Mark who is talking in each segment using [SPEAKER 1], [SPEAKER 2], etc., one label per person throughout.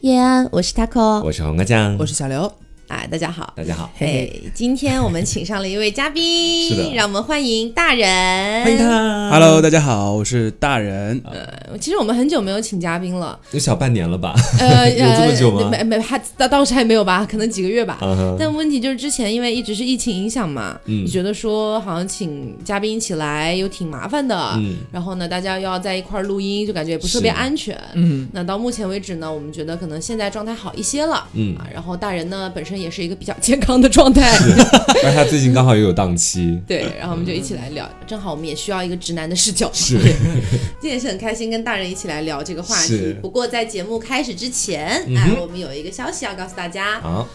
[SPEAKER 1] 叶安，我是 Taco
[SPEAKER 2] 我是黄瓜酱，
[SPEAKER 3] 我是小刘，
[SPEAKER 1] 啊，大家好。
[SPEAKER 2] 大家好，
[SPEAKER 1] 哎
[SPEAKER 3] 嘿，
[SPEAKER 1] 今天我们请上了一位嘉
[SPEAKER 2] 是
[SPEAKER 1] 宾，
[SPEAKER 2] 的
[SPEAKER 1] 让我们欢迎大人。
[SPEAKER 2] 欢迎他。
[SPEAKER 3] ，Hello，大家好，我是大人，
[SPEAKER 1] 嗯呃其实我们很久没有请嘉宾了，
[SPEAKER 2] 有小半年了吧？
[SPEAKER 1] 呃，
[SPEAKER 2] 有这么久吗
[SPEAKER 1] 呃没没，还到当时还没有吧， 可能几个月吧。
[SPEAKER 2] 嗯哼
[SPEAKER 1] 但问题就是之前因为一直是疫情影响嘛，
[SPEAKER 2] 嗯
[SPEAKER 1] 就觉得说好像请嘉宾一起来又挺麻烦的，
[SPEAKER 2] 嗯
[SPEAKER 1] 然后呢，大家又要在一块儿录音，就感觉也不是特别
[SPEAKER 2] 是
[SPEAKER 1] 安全。
[SPEAKER 3] 嗯，
[SPEAKER 1] 那到目前为止呢，我们觉得可能现在状态好一些了。
[SPEAKER 2] 嗯，
[SPEAKER 1] 啊，然后大人呢本身也是一个比较健康的状 态，
[SPEAKER 2] 而他最近刚好又有档期，
[SPEAKER 1] 对，然后
[SPEAKER 3] 嗯
[SPEAKER 1] 我们就一起来聊，正好我们也需要一个直男的视角，
[SPEAKER 2] 是
[SPEAKER 1] 今天也是很开心跟大人一起来聊这个话
[SPEAKER 2] 是
[SPEAKER 1] 题。不过在节目开始之前，
[SPEAKER 2] 嗯
[SPEAKER 1] 哎
[SPEAKER 2] 哼，
[SPEAKER 1] 我们有一个消息要告诉大家，
[SPEAKER 2] 啊，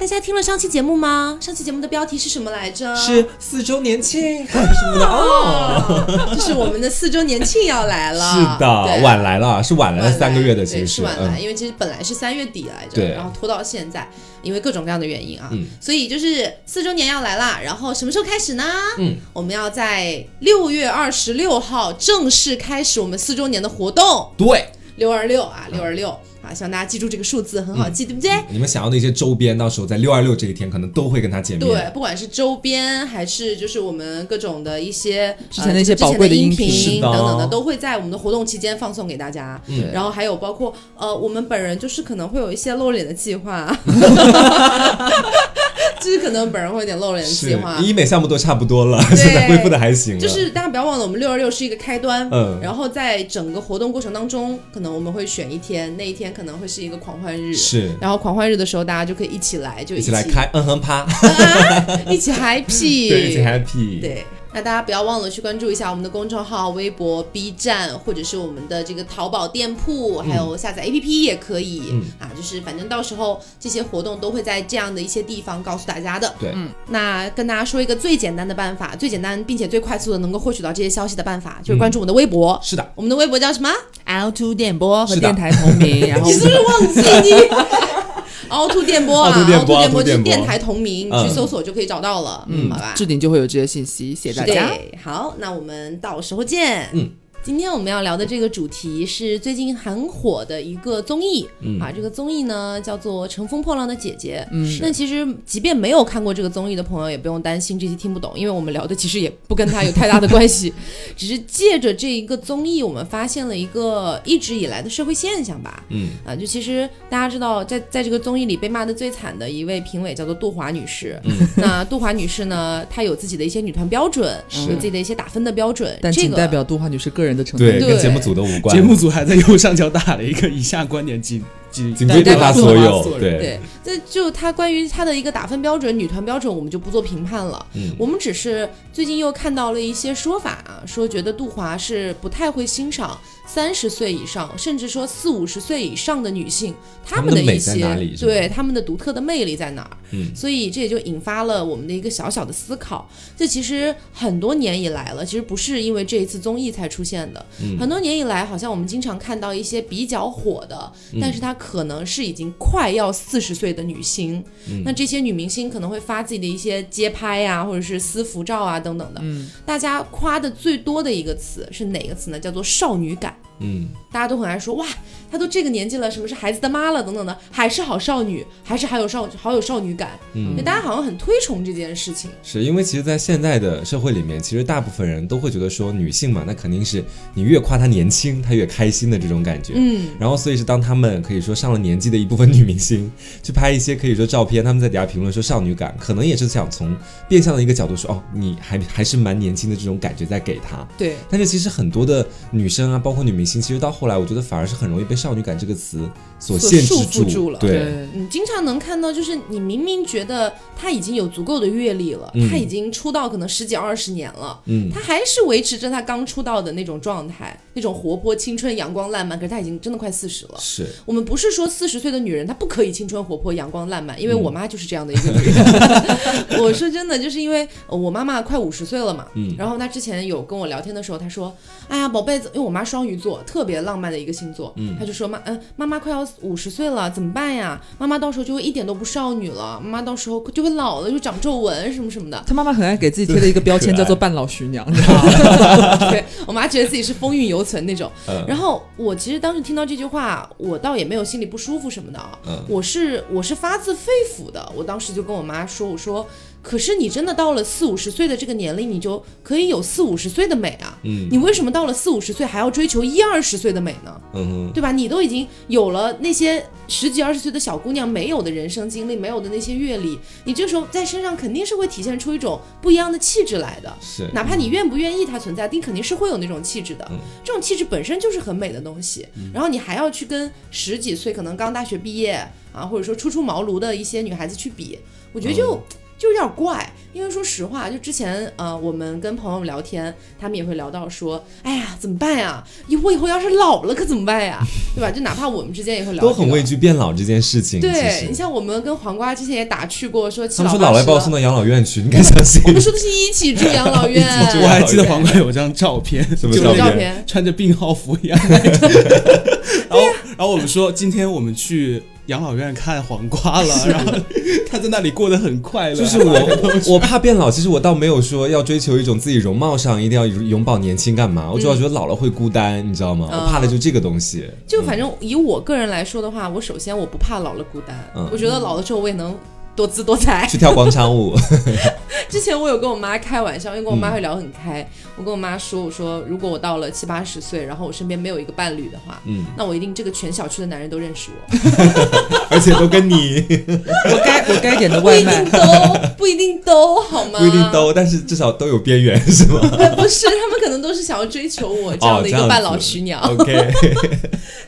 [SPEAKER 1] 大家听了上期节目吗？上期节目的标题是什么来着？
[SPEAKER 2] 是四周年庆还是什么的 哦？
[SPEAKER 1] 哦，就是我们的四周年庆要来了，
[SPEAKER 2] 是的，
[SPEAKER 1] 对
[SPEAKER 2] 晚来了，是晚来
[SPEAKER 1] 晚
[SPEAKER 2] 了三个月的，
[SPEAKER 1] 对
[SPEAKER 2] 其实嗯
[SPEAKER 1] 是晚来，因为其实本来是三月底来着，
[SPEAKER 2] 对
[SPEAKER 1] 然后拖到现在，因为各种各样的原因啊，
[SPEAKER 2] 嗯
[SPEAKER 1] 所以就是四周年要来啦。然后什么时候开始呢？
[SPEAKER 2] 嗯，
[SPEAKER 1] 我们要在六月二十六号正式开始我们四周年的活动，
[SPEAKER 2] 对，
[SPEAKER 1] 六二六啊，六二六啊，希望大家记住这个数字，很好
[SPEAKER 2] 嗯
[SPEAKER 1] 记，对不对？
[SPEAKER 2] 你们想要的一些周边，到时候在六二六这一天可能都会跟他见面。
[SPEAKER 1] 对，，不管是周边还是就是我们各种的一些
[SPEAKER 3] 之前的一些
[SPEAKER 1] 呃
[SPEAKER 3] 宝贵的
[SPEAKER 1] 之前
[SPEAKER 3] 音
[SPEAKER 1] 音
[SPEAKER 3] 频
[SPEAKER 2] 是
[SPEAKER 1] 等
[SPEAKER 2] 的
[SPEAKER 1] 等的，都会在我们的活动期间放送给大家。
[SPEAKER 2] 嗯
[SPEAKER 1] 然后还有包括呃，我们本人就是可能会有一些露脸的计划， 就是可能本人会有点露脸的计
[SPEAKER 2] 是
[SPEAKER 1] 划。
[SPEAKER 2] 医美项目都差不多了，现 在恢复的还行了，
[SPEAKER 1] 就是大家不要忘了，我们六二六是一个开端，
[SPEAKER 2] 嗯
[SPEAKER 1] 然后在整个活动过程当中，可能我们会选一天，那一天可能会是一个狂欢日，
[SPEAKER 2] 是
[SPEAKER 1] 然后狂欢日的时候，大家就可以一起来，就
[SPEAKER 2] 一起来开嗯哼趴，
[SPEAKER 1] 一起 happy，
[SPEAKER 2] 对，一起 happy，，
[SPEAKER 1] 对，那大家不要忘了去关注一下我们的公众号、微博、B 站，或者是我们的这个淘宝店铺，还有下载 APP 也可以、
[SPEAKER 2] 嗯
[SPEAKER 1] 啊。就是反正到时候这些活动都会在这样的一些地方告诉大家的。
[SPEAKER 2] 对，
[SPEAKER 1] 那跟大家说一个最简单的办法，最简单并且最快速的能够获取到这些消息的办法，
[SPEAKER 2] 嗯
[SPEAKER 1] 就是关注我们的微博。
[SPEAKER 2] 是的，
[SPEAKER 1] 我们的微博叫什么
[SPEAKER 3] L Two 电波和
[SPEAKER 2] 是的
[SPEAKER 3] 电台同名，然 后
[SPEAKER 1] 你是不是忘 记你？凹凸电波啊，
[SPEAKER 2] 凹凸电波
[SPEAKER 1] 凹凸
[SPEAKER 2] 凹凸
[SPEAKER 1] 就是
[SPEAKER 2] 电波
[SPEAKER 1] 电台同名，你
[SPEAKER 2] 嗯
[SPEAKER 1] 去搜索就可以找到了，嗯，好吧。
[SPEAKER 3] 置顶就会有这些信息，谢谢大家。
[SPEAKER 1] 对，好，那我们到时候见。
[SPEAKER 2] 嗯。
[SPEAKER 1] 今天我们要聊的这个主题是最近很火的一个综艺、
[SPEAKER 2] 嗯
[SPEAKER 1] 啊，这个综艺呢叫做《乘风破浪的姐姐》。
[SPEAKER 3] 嗯
[SPEAKER 1] 那其实即便没有看过这个综艺的朋友，也不用担心这期听不懂，因为我们聊的其实也不跟它有太大的关 系，只是借着这一个综艺，我们发现了一个一直以来的社会现象吧。
[SPEAKER 2] 嗯，
[SPEAKER 1] 啊，就其实大家知道，在在这个综艺里被骂的最惨的一位评委叫做杜华女士。
[SPEAKER 3] 嗯
[SPEAKER 1] 那杜华女士呢，她有自己的一些女团标准，有自己的一些打分的标准。
[SPEAKER 3] 但
[SPEAKER 1] 这
[SPEAKER 3] 仅
[SPEAKER 1] 个
[SPEAKER 3] 代表杜华女士个人的成
[SPEAKER 2] 对，
[SPEAKER 3] 分。
[SPEAKER 1] 对
[SPEAKER 2] 跟节目组都无关，
[SPEAKER 4] 节目组还在右上角打了一个以下观点仅仅
[SPEAKER 2] 仅
[SPEAKER 4] 代
[SPEAKER 2] 对他
[SPEAKER 4] 表杜
[SPEAKER 2] 所
[SPEAKER 4] 华
[SPEAKER 2] 有，
[SPEAKER 4] 人，
[SPEAKER 2] 对，
[SPEAKER 1] 对，这就她关于她的一个打分标准、女团标准，我们就不做评判了。
[SPEAKER 2] 嗯
[SPEAKER 1] 我们只是最近又看到了一些说法啊，说觉得杜华是不太会欣赏三十岁以上，甚至说四五十岁以上的女性，她
[SPEAKER 2] 她
[SPEAKER 1] 们
[SPEAKER 2] 们的
[SPEAKER 1] 一
[SPEAKER 2] 美在
[SPEAKER 1] 些
[SPEAKER 2] 哪里是吧
[SPEAKER 1] 对她们的独特的魅力在哪儿。
[SPEAKER 2] 嗯
[SPEAKER 1] 所以这也就引发了我们的一个小小的思考。这其实很多年以来了，其实不是因为这一次综艺才出现的，
[SPEAKER 2] 嗯
[SPEAKER 1] 很多年以来，好像我们经常看到一些比较火的，
[SPEAKER 2] 嗯
[SPEAKER 1] 但是她可能是已经快要四十岁的女星。
[SPEAKER 2] 嗯
[SPEAKER 1] 那这些女明星可能会发自己的一些街拍呀、或者是私服照啊等等的。
[SPEAKER 2] 嗯
[SPEAKER 1] 大家夸的最多的一个词是哪个词呢？叫做少女感。
[SPEAKER 2] 嗯，
[SPEAKER 1] 大家都很爱说哇，她都这个年纪了，什么是孩子的妈了等等的，还是好少女，还是还有少好有少女感。
[SPEAKER 2] 嗯
[SPEAKER 1] 就大家好像很推崇这件事情。
[SPEAKER 2] 是因为其实，在现在的社会里面，其实大部分人都会觉得说，女性嘛，那肯定是你越夸她年轻，她越开心的这种感觉。
[SPEAKER 1] 嗯，
[SPEAKER 2] 然后，所以是当她们可以说上了年纪的一部分女明星去拍一些可以说照片，她们在底下评论说少女感，可能也是想从变相的一个角度说，哦，你还还是蛮年轻的这种感觉在给她。
[SPEAKER 1] 对，
[SPEAKER 2] 但是其实很多的女生啊，包括女明星，其实到后来，我觉得反而是很容易被少女感这个词所
[SPEAKER 1] 所
[SPEAKER 2] 限
[SPEAKER 1] 束
[SPEAKER 2] 制
[SPEAKER 1] 缚
[SPEAKER 2] 住。
[SPEAKER 1] 住了
[SPEAKER 2] 对，
[SPEAKER 1] 嗯你经常能看到，就是你明明觉得她已经有足够的阅历了，
[SPEAKER 2] 嗯
[SPEAKER 1] 她已经出道可能十几二十年了。
[SPEAKER 2] 嗯，
[SPEAKER 1] 她还是维持着她刚出道的那种状态，那种活泼、青春、阳光、烂漫。可是她已经真的快四十了。
[SPEAKER 2] 是。
[SPEAKER 1] 我们不是说四十岁的女人她不可以青春活泼、阳光烂漫，因为
[SPEAKER 2] 嗯
[SPEAKER 1] 我妈就是这样的一个女 人。我说真的，就是因为呃我妈妈快五十岁了嘛，
[SPEAKER 2] 嗯
[SPEAKER 1] 然后她之前有跟我聊天的时候，她说：“哎呀，宝贝子，因为我妈双鱼座，座，特别浪漫的一个星座。
[SPEAKER 2] 嗯
[SPEAKER 1] 他就说妈，嗯，妈妈快要五十岁了，怎么办呀？妈妈到时候就会一点都不少女了，妈妈到时候就会老了，就长皱纹什么什么的。
[SPEAKER 3] 他妈妈很爱给自己贴的一个 标签叫做“半老徐娘”，
[SPEAKER 1] 对我妈觉得自己是风韵犹存那种。
[SPEAKER 2] 嗯
[SPEAKER 1] 然后我其实当时听到这句话，我倒也没有心里不舒服什么的啊，
[SPEAKER 2] 嗯
[SPEAKER 1] 我是我是发自肺腑的，我当时就跟我妈说，我说，可是你真的到了四五十岁的这个年龄，你就可以有四五十岁的美啊，
[SPEAKER 2] 嗯
[SPEAKER 1] 你为什么到了四五十岁还要追求一二十岁的美呢？
[SPEAKER 2] 嗯
[SPEAKER 1] 对吧？你都已经有了那些十几二十岁的小姑娘没有的人生经历，没有的那些阅历，你这时候在身上肯定是会体现出一种不一样的气质来的。
[SPEAKER 2] 是
[SPEAKER 1] 哪怕你愿不愿意它存在，你肯定是会有那种气质的
[SPEAKER 2] 嗯。
[SPEAKER 1] 这种气质本身就是很美的东西，然后你还要去跟十几岁可能刚大学毕业啊，或者说初出茅庐的一些女孩子去比，我觉得
[SPEAKER 2] 嗯
[SPEAKER 1] 就。就有点怪，因为说实话，就之前呃，我们跟朋友聊天，他们也会聊到说，哎呀，怎么办呀？我以后要是老了可怎么办呀？ 对吧？就哪怕我们之间也会聊、这
[SPEAKER 2] 都很
[SPEAKER 1] 个
[SPEAKER 2] 畏。惧变老这件事情。
[SPEAKER 1] 对你
[SPEAKER 2] 其实
[SPEAKER 1] 像我们跟黄瓜之前也打趣过，说
[SPEAKER 2] 他
[SPEAKER 1] 七
[SPEAKER 2] 们
[SPEAKER 1] 老
[SPEAKER 2] 说老来
[SPEAKER 1] 八
[SPEAKER 2] 把我
[SPEAKER 1] 十
[SPEAKER 2] 送
[SPEAKER 1] 了
[SPEAKER 2] 到养老院去，你敢相信
[SPEAKER 1] 我？们说的是一起住 养老院，
[SPEAKER 2] 一起住
[SPEAKER 4] 我还
[SPEAKER 2] 对
[SPEAKER 4] 记得黄瓜有张照片，
[SPEAKER 2] 什么
[SPEAKER 4] 就
[SPEAKER 1] 有
[SPEAKER 4] 那
[SPEAKER 1] 照
[SPEAKER 4] 个
[SPEAKER 1] 片，
[SPEAKER 4] 穿着病号服一样那种。然后，然后我们说今天我们去养老院看黄瓜了，然后他在那里过得很快乐。
[SPEAKER 2] 就是我，我怕变老。其实我倒没有说要追求一种自己容貌上一定要永葆年轻干嘛，我主要觉得老了会孤单，你知道吗？
[SPEAKER 1] 嗯
[SPEAKER 2] 我怕的就这个东西。
[SPEAKER 1] 就反正以我个人来说的话，我首先我不怕老了孤单，
[SPEAKER 2] 嗯
[SPEAKER 1] 我觉得老了之后我也能多姿 多彩。
[SPEAKER 2] 去跳广场舞，
[SPEAKER 1] 之前我有跟我妈开玩笑，因为跟
[SPEAKER 2] 嗯
[SPEAKER 1] 我妈会聊很开，我跟我妈说，我说如果我到了七八十岁，然后我身边没有一个伴侣的话，
[SPEAKER 2] 嗯，
[SPEAKER 1] 那我一定这个全小区的男人都认识 我，
[SPEAKER 2] 而且都跟
[SPEAKER 1] 嗯
[SPEAKER 2] 你
[SPEAKER 3] 我该我该点的
[SPEAKER 1] 不
[SPEAKER 3] 外
[SPEAKER 1] 一
[SPEAKER 3] 卖
[SPEAKER 1] 定。都不一定都好吗？
[SPEAKER 2] 不一定都，但是至少都有边缘，是吗？
[SPEAKER 1] 不是，他们可能都是想要追求我这样的一
[SPEAKER 2] 哦这样
[SPEAKER 1] 个
[SPEAKER 2] 子
[SPEAKER 1] 半老徐娘。
[SPEAKER 2] OK，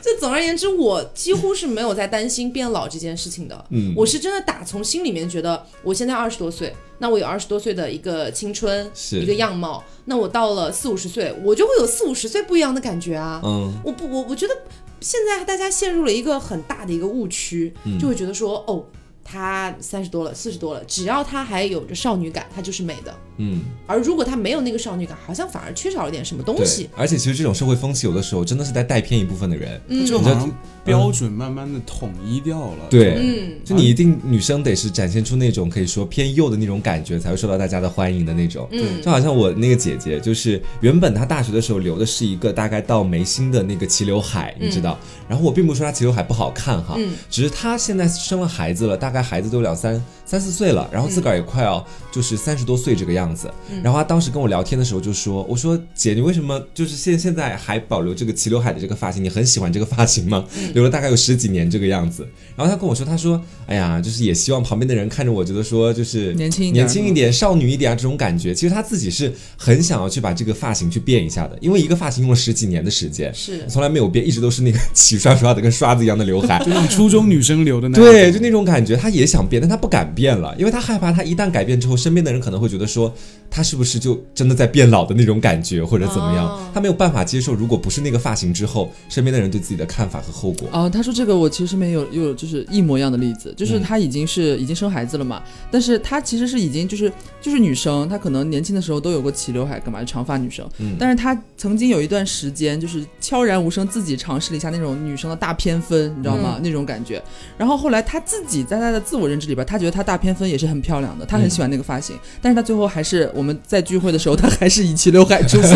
[SPEAKER 1] 就总而言之，我几乎是没有在担心变老这件事情的。
[SPEAKER 2] 嗯
[SPEAKER 1] 我是真的打从心里面觉得，我现在二十多岁，那我有二十多岁的一个青春，
[SPEAKER 2] 是
[SPEAKER 1] 一个样貌。那我到了四五十岁，我就会有四五十岁不一样的感觉啊。
[SPEAKER 2] 嗯，
[SPEAKER 1] 我不，我我觉得现在大家陷入了一个很大的一个误区，
[SPEAKER 2] 嗯
[SPEAKER 1] 就会觉得说，哦，他三十多了，四十多了，只要他还有着少女感，他就是美的。
[SPEAKER 2] 嗯，
[SPEAKER 1] 而如果他没有那个少女感，好像反而缺少了点什么东西
[SPEAKER 2] 对。。而且其实这种社会风气，有的时候真的是在带偏一部分的人。
[SPEAKER 1] 嗯
[SPEAKER 4] 就好像标准慢慢的统一掉了。
[SPEAKER 2] 对，
[SPEAKER 1] 嗯，
[SPEAKER 2] 就你一定女生得是展现出那种可以说偏右的那种感觉，才会受到大家的欢迎的那种。
[SPEAKER 1] 嗯
[SPEAKER 2] 就好像我那个姐姐，就是原本她大学的时候留的是一个大概到眉心的那个齐刘海，你知道。然后我并不是说她齐刘海不好看哈，
[SPEAKER 1] 嗯
[SPEAKER 2] 只是她现在生了孩子了，大概孩子都两三三四岁了，然后自个儿也快
[SPEAKER 1] 嗯
[SPEAKER 2] 要就是三十多岁这个样子。然后她当时跟我聊天的时候就说：“我说姐，你为什么就是现现在还保留这个齐刘海的这个发型？你很喜欢这个发型吗？
[SPEAKER 1] 嗯
[SPEAKER 2] 留了大概有十几年这个样子。”然后她跟我说：“她说，哎呀，就是也希望旁边的人看着我，觉得说就是
[SPEAKER 3] 年轻一点
[SPEAKER 2] 年轻一点、少女一点啊这种感觉。其实她自己是很想要去把这个发型去变一下的，因为一个发型用了十几年的时间，
[SPEAKER 1] 是
[SPEAKER 2] 从来没有变，一直都是那个齐刷刷的跟刷子一样的刘海
[SPEAKER 4] 就。那种初中女生留的那
[SPEAKER 2] 对，就
[SPEAKER 4] 种
[SPEAKER 2] 那种感觉，她也想变，但她不敢变了，因为她害怕，她一旦改变之后，身边的人可能会觉得说，她是不是就真的在变老的那种感觉，或者怎么
[SPEAKER 1] 哦
[SPEAKER 2] 样？她没有办法接受，如果不是那个发型之后，身边的人对自己的看法和后果。
[SPEAKER 3] 哦，他说这个我其实身边有有就是一模一样的例子，就是她已经是、已经生孩子了嘛，但是她其实是已经就是就是女生，她可能年轻的时候都有过齐刘海干嘛，长发女生，
[SPEAKER 2] 嗯
[SPEAKER 3] 但是她曾经有一段时间就是悄然无声自己尝试了一下那种女生的大偏分，你知道吗？那种感觉，然后后来她自己在她的自我认知里边，她觉得她大偏分也是很漂亮的，她很喜欢那个发型，但是她最后还是我们在聚会的时候，她还是以齐刘海出现，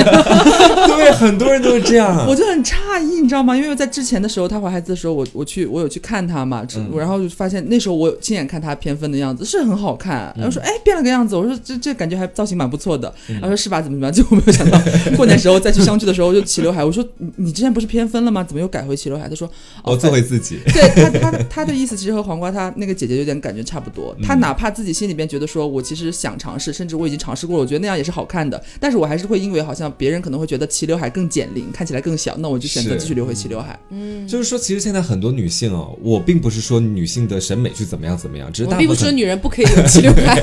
[SPEAKER 2] 对，很多人都是这样。
[SPEAKER 3] 我就很诧异，你知道吗？因为在之前的时候，她怀孩子的时候，我我去我有去看她嘛，只
[SPEAKER 2] 嗯
[SPEAKER 3] 我然后就发现那时候我亲眼看她偏分的样子是很好看，然后说哎变了个样子，我说这这感觉还造型蛮不错的，然后说是吧怎么怎么样，结 果没有想到过年时候再去相聚的时候就齐刘海，我说你你之前不是偏分了吗？怎么又改回齐刘海？她说
[SPEAKER 2] 我
[SPEAKER 3] 哦
[SPEAKER 2] 做回自 己。
[SPEAKER 3] 对他，他他的意思其实和黄瓜他那个姐姐有点感觉差不多。他哪怕自己心里边觉得说，我其实想尝试，甚至我已经尝试过了，我觉得那样也是好看的，但是我还是会因为好像别人可能会觉得齐刘海更减龄，看起来更小，那我就选择
[SPEAKER 2] 是
[SPEAKER 3] 继续留回齐刘 海。
[SPEAKER 1] 嗯
[SPEAKER 2] 就是说，其实现在很多女性哦，我并不是说女性的审美是怎么样怎么样，只是
[SPEAKER 1] 我
[SPEAKER 2] 大
[SPEAKER 1] 并
[SPEAKER 2] 部
[SPEAKER 1] 不是说
[SPEAKER 2] 分，
[SPEAKER 1] 女人不可以有肌瘤 感，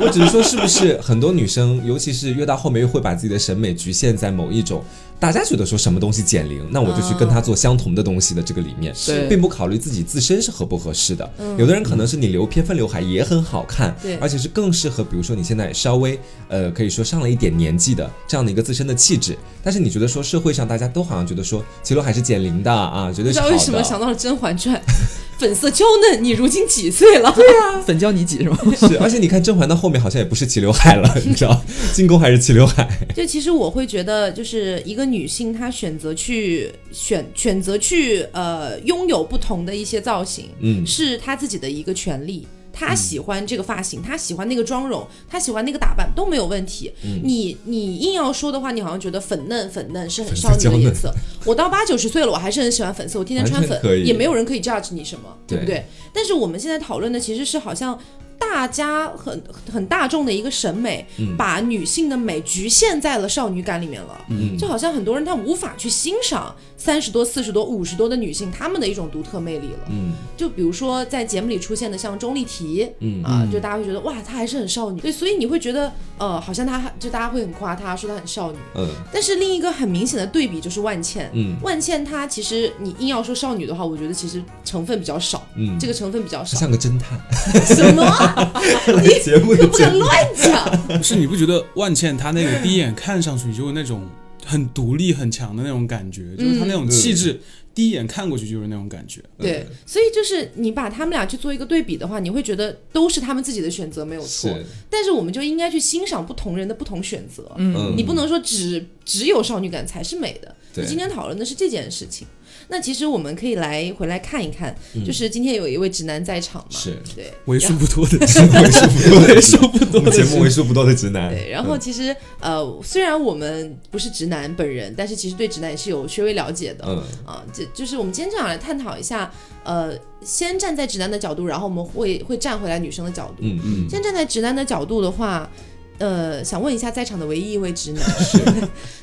[SPEAKER 2] 我只是说是不是很多女生，尤其是越到后面越会把自己的审美局限在某一种大家觉得说什么东西减龄，那我就去跟他做相同的东西的这个里面，
[SPEAKER 3] 对
[SPEAKER 2] 并不考虑自己自身是合不合适的。
[SPEAKER 1] 嗯
[SPEAKER 2] 有的人可能是你留偏分刘海也很好看，
[SPEAKER 1] 对
[SPEAKER 2] 而且是更适合，比如说你现在稍微呃可以说上了一点年纪的这样的一个自身的气质，但是你觉得说社会上大家都好像觉得说齐刘海是减龄的啊，绝
[SPEAKER 1] 不
[SPEAKER 2] 对
[SPEAKER 1] 知
[SPEAKER 2] 是
[SPEAKER 1] 道
[SPEAKER 2] 好的。
[SPEAKER 1] 为什么想到了《甄嬛传》， 粉色娇嫩，你如今几岁了？
[SPEAKER 3] 粉教你几是吗？
[SPEAKER 2] 是，而且你看甄嬛到后面好像也不是齐刘海了，你知道，进宫还是齐刘海。
[SPEAKER 1] 就其实我会觉得，就是一个女性她选择去选选择去呃拥有不同的一些造型，
[SPEAKER 2] 嗯
[SPEAKER 1] 是她自己的一个权利。她喜欢这个发
[SPEAKER 2] 嗯
[SPEAKER 1] 型，她喜欢那个妆容，她喜欢那个打扮都没有问题。
[SPEAKER 2] 嗯
[SPEAKER 1] 你你硬要说的话，你好像觉得粉嫩粉嫩是很少女
[SPEAKER 2] 娇
[SPEAKER 1] 的
[SPEAKER 2] 嫩
[SPEAKER 1] 颜色。我到八九十岁了，我还是很喜欢粉色，我天天
[SPEAKER 2] 完
[SPEAKER 1] 穿
[SPEAKER 2] 全
[SPEAKER 1] 粉
[SPEAKER 2] 可，以
[SPEAKER 1] 也没有人可以 judge 你什么，对不
[SPEAKER 2] 对
[SPEAKER 1] 对？但是我们现在讨论的其实是好像大家很很大众的一个审美，把女性的美局限在了少女感里面了。
[SPEAKER 2] 嗯
[SPEAKER 1] 就好像很多人他无法去欣赏三十多、四十多、五十多的女性她们的一种独特魅力了。
[SPEAKER 2] 嗯
[SPEAKER 1] 就比如说在节目里出现的像钟丽缇。
[SPEAKER 2] 嗯
[SPEAKER 1] 啊，就大家会觉得哇，她还是很少女，对，所以你会觉得，呃，好像她就大家会很夸她，说她很少女。
[SPEAKER 2] 嗯
[SPEAKER 1] 但是另一个很明显的对比就是万茜，
[SPEAKER 2] 嗯
[SPEAKER 1] 万茜她其实你硬要说少女的话，我觉得其实成分比较少，
[SPEAKER 2] 嗯，
[SPEAKER 1] 这个成分比较
[SPEAKER 2] 她
[SPEAKER 1] 少。
[SPEAKER 2] 像个侦 探，
[SPEAKER 1] 什 么？
[SPEAKER 2] 来节目
[SPEAKER 1] 可
[SPEAKER 2] 有
[SPEAKER 1] 不敢
[SPEAKER 2] 讲。
[SPEAKER 1] 乱讲？
[SPEAKER 4] 不是你不觉得万茜她那个第一眼看上去就有那种很独立很强的那种感觉，就是她
[SPEAKER 2] 嗯
[SPEAKER 4] 那种气质，第一眼看过去就是那种感觉。
[SPEAKER 1] 对，所以就是你把他们俩去做一个对比的话，你会觉得都是他们自己的选择没有错，
[SPEAKER 2] 是，
[SPEAKER 1] 但是我们就应该去欣赏不同人的不同选择。
[SPEAKER 2] 嗯
[SPEAKER 1] 你不能说只只有少女感才是美的。
[SPEAKER 2] 对
[SPEAKER 1] 那今天讨论的是这件事情。那其实我们可以来回来看一看，就是今天有一位直男在场嘛，
[SPEAKER 2] 嗯是
[SPEAKER 1] 对，
[SPEAKER 4] 为数不多的，
[SPEAKER 2] 为数不多
[SPEAKER 4] 为数不
[SPEAKER 2] 我
[SPEAKER 4] 多
[SPEAKER 2] 们
[SPEAKER 4] 的
[SPEAKER 2] 节目为数不多的直男。
[SPEAKER 1] 对，然后其实呃，虽然我们不是直男本人，但是其实对直男也是有稍微了解的。
[SPEAKER 2] 嗯
[SPEAKER 1] 啊，这就是我们今天就想来探讨一下，呃，先站在直男的角度，然后我们会会站回来女生的角度。
[SPEAKER 2] 嗯嗯，
[SPEAKER 1] 先站在直男的角度的话，呃，想问一下在场的唯一一位直男，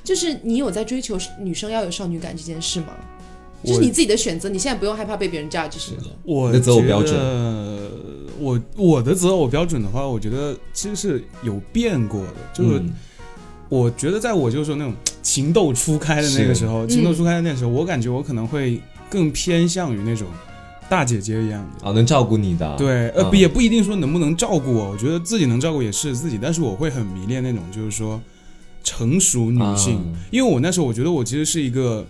[SPEAKER 1] 就是你有在追求女生要有少女感这件事吗？
[SPEAKER 4] 我
[SPEAKER 1] 就是你自己的选择，你现在不用害怕被别人 judge 什么的。
[SPEAKER 4] 我
[SPEAKER 2] 你的择偶标准
[SPEAKER 4] 觉得我我的择偶标准的话，我觉得其实是有变过的，就是
[SPEAKER 2] 嗯
[SPEAKER 4] 我觉得在我就是说那种情窦初开的那个时候，
[SPEAKER 1] 是
[SPEAKER 4] 情窦初开的那个时候，我感觉我可能会更偏向于那种大姐姐一样的。
[SPEAKER 2] 啊，能照顾你的。
[SPEAKER 4] 对，呃，
[SPEAKER 2] 嗯
[SPEAKER 4] 不也不一定说能不能照顾我，我觉得自己能照顾也是自己，但是我会很迷恋那种就是说成熟女性，
[SPEAKER 2] 啊
[SPEAKER 4] 因为我那时候我觉得我其实是一个，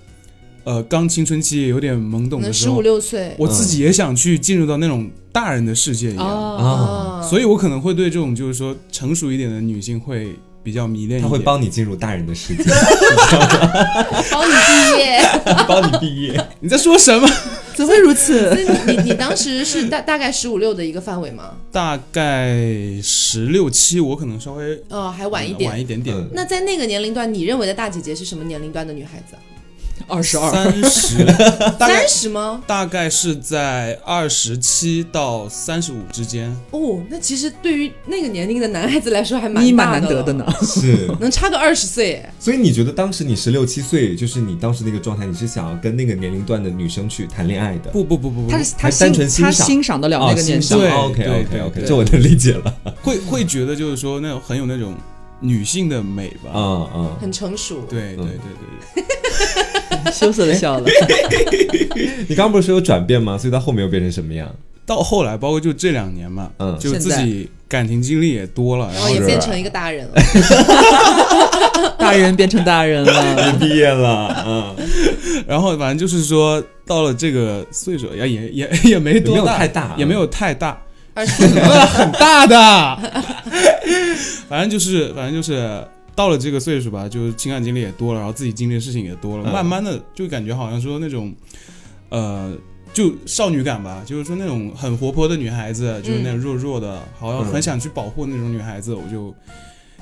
[SPEAKER 4] 呃，刚青春期也有点懵
[SPEAKER 1] 可
[SPEAKER 4] 懂
[SPEAKER 1] 能
[SPEAKER 4] 的时
[SPEAKER 1] 十五
[SPEAKER 4] 候，
[SPEAKER 1] 六岁
[SPEAKER 4] 我
[SPEAKER 2] 嗯
[SPEAKER 4] 自己也想去进入到那种大人的世界一样，啊
[SPEAKER 1] 哦，
[SPEAKER 4] 所
[SPEAKER 1] 以
[SPEAKER 4] 以我可能会对这种就是说成熟一点的女性会比较迷恋一
[SPEAKER 2] 他
[SPEAKER 4] 点，
[SPEAKER 2] 会帮你进入大人的世界，
[SPEAKER 1] 帮你毕业。
[SPEAKER 2] 帮你 毕业。
[SPEAKER 4] 你在说什么？
[SPEAKER 3] 怎会如此？
[SPEAKER 1] 那你你你当时是大大概十五六的一个范围吗？
[SPEAKER 4] 大概十六七，我可能稍微
[SPEAKER 1] 哦，还晚一点。
[SPEAKER 4] 晚一点点，
[SPEAKER 2] 嗯
[SPEAKER 1] 那在那个年龄段，你认为的大姐姐是什么年龄段的女孩子啊？
[SPEAKER 3] 二十二，
[SPEAKER 4] 三 十，大概
[SPEAKER 1] 三十吗？
[SPEAKER 4] 大概是在二十七到三十五之间。
[SPEAKER 1] 哦，那其实对于那个年龄的男孩子来说还蛮
[SPEAKER 3] 你蛮
[SPEAKER 1] 大
[SPEAKER 3] 难得
[SPEAKER 1] 的
[SPEAKER 3] 的
[SPEAKER 1] 了
[SPEAKER 3] 呢，。
[SPEAKER 2] 是，
[SPEAKER 1] 能差个二十岁哎。
[SPEAKER 2] 所以你觉得当时你十六七岁，就是你当时那个状态，你是想要跟那个年龄段的女生去谈恋爱的？
[SPEAKER 4] 不不不不 不
[SPEAKER 3] 他，是他
[SPEAKER 2] 还单纯
[SPEAKER 3] 欣他
[SPEAKER 2] 哦欣赏
[SPEAKER 3] 欣赏得了那个年纪
[SPEAKER 4] 赏，对
[SPEAKER 2] o k OK
[SPEAKER 4] 对
[SPEAKER 2] OK，
[SPEAKER 4] 对
[SPEAKER 2] 这我能理解了。
[SPEAKER 4] 会会觉得就是说那种很有那种女性的美吧。
[SPEAKER 2] 嗯嗯，
[SPEAKER 1] 很成熟，
[SPEAKER 4] 对
[SPEAKER 2] 嗯
[SPEAKER 4] 对对对，
[SPEAKER 3] 羞涩的笑了。
[SPEAKER 2] 你刚刚不是说有转变吗？所以到后面又变成什么样？
[SPEAKER 4] 到后来包括就这两年嘛，
[SPEAKER 2] 嗯
[SPEAKER 4] 就自己感情经历也多了，
[SPEAKER 1] 然
[SPEAKER 4] 然
[SPEAKER 1] 后
[SPEAKER 4] 后
[SPEAKER 1] 也
[SPEAKER 2] 是
[SPEAKER 1] 变成一个大人了。
[SPEAKER 3] 大人变成大人了，
[SPEAKER 2] 毕业 了，嗯，
[SPEAKER 4] 然后反正就是说到了这个岁数，也也也也没
[SPEAKER 2] 也没
[SPEAKER 4] 多
[SPEAKER 2] 有
[SPEAKER 4] 大，
[SPEAKER 2] 太大，
[SPEAKER 4] 也没有太大，
[SPEAKER 1] 二十 岁，
[SPEAKER 4] 很大的。反正就是，反正就是到了这个岁数吧，就是情感经历也多了，然后自己经历的事情也多了，
[SPEAKER 2] 嗯
[SPEAKER 4] 慢慢的就感觉好像说那种，呃，就少女感吧，就是说那种很活泼的女孩子，就是那种弱弱的，好像很想去保护那种女孩子，我就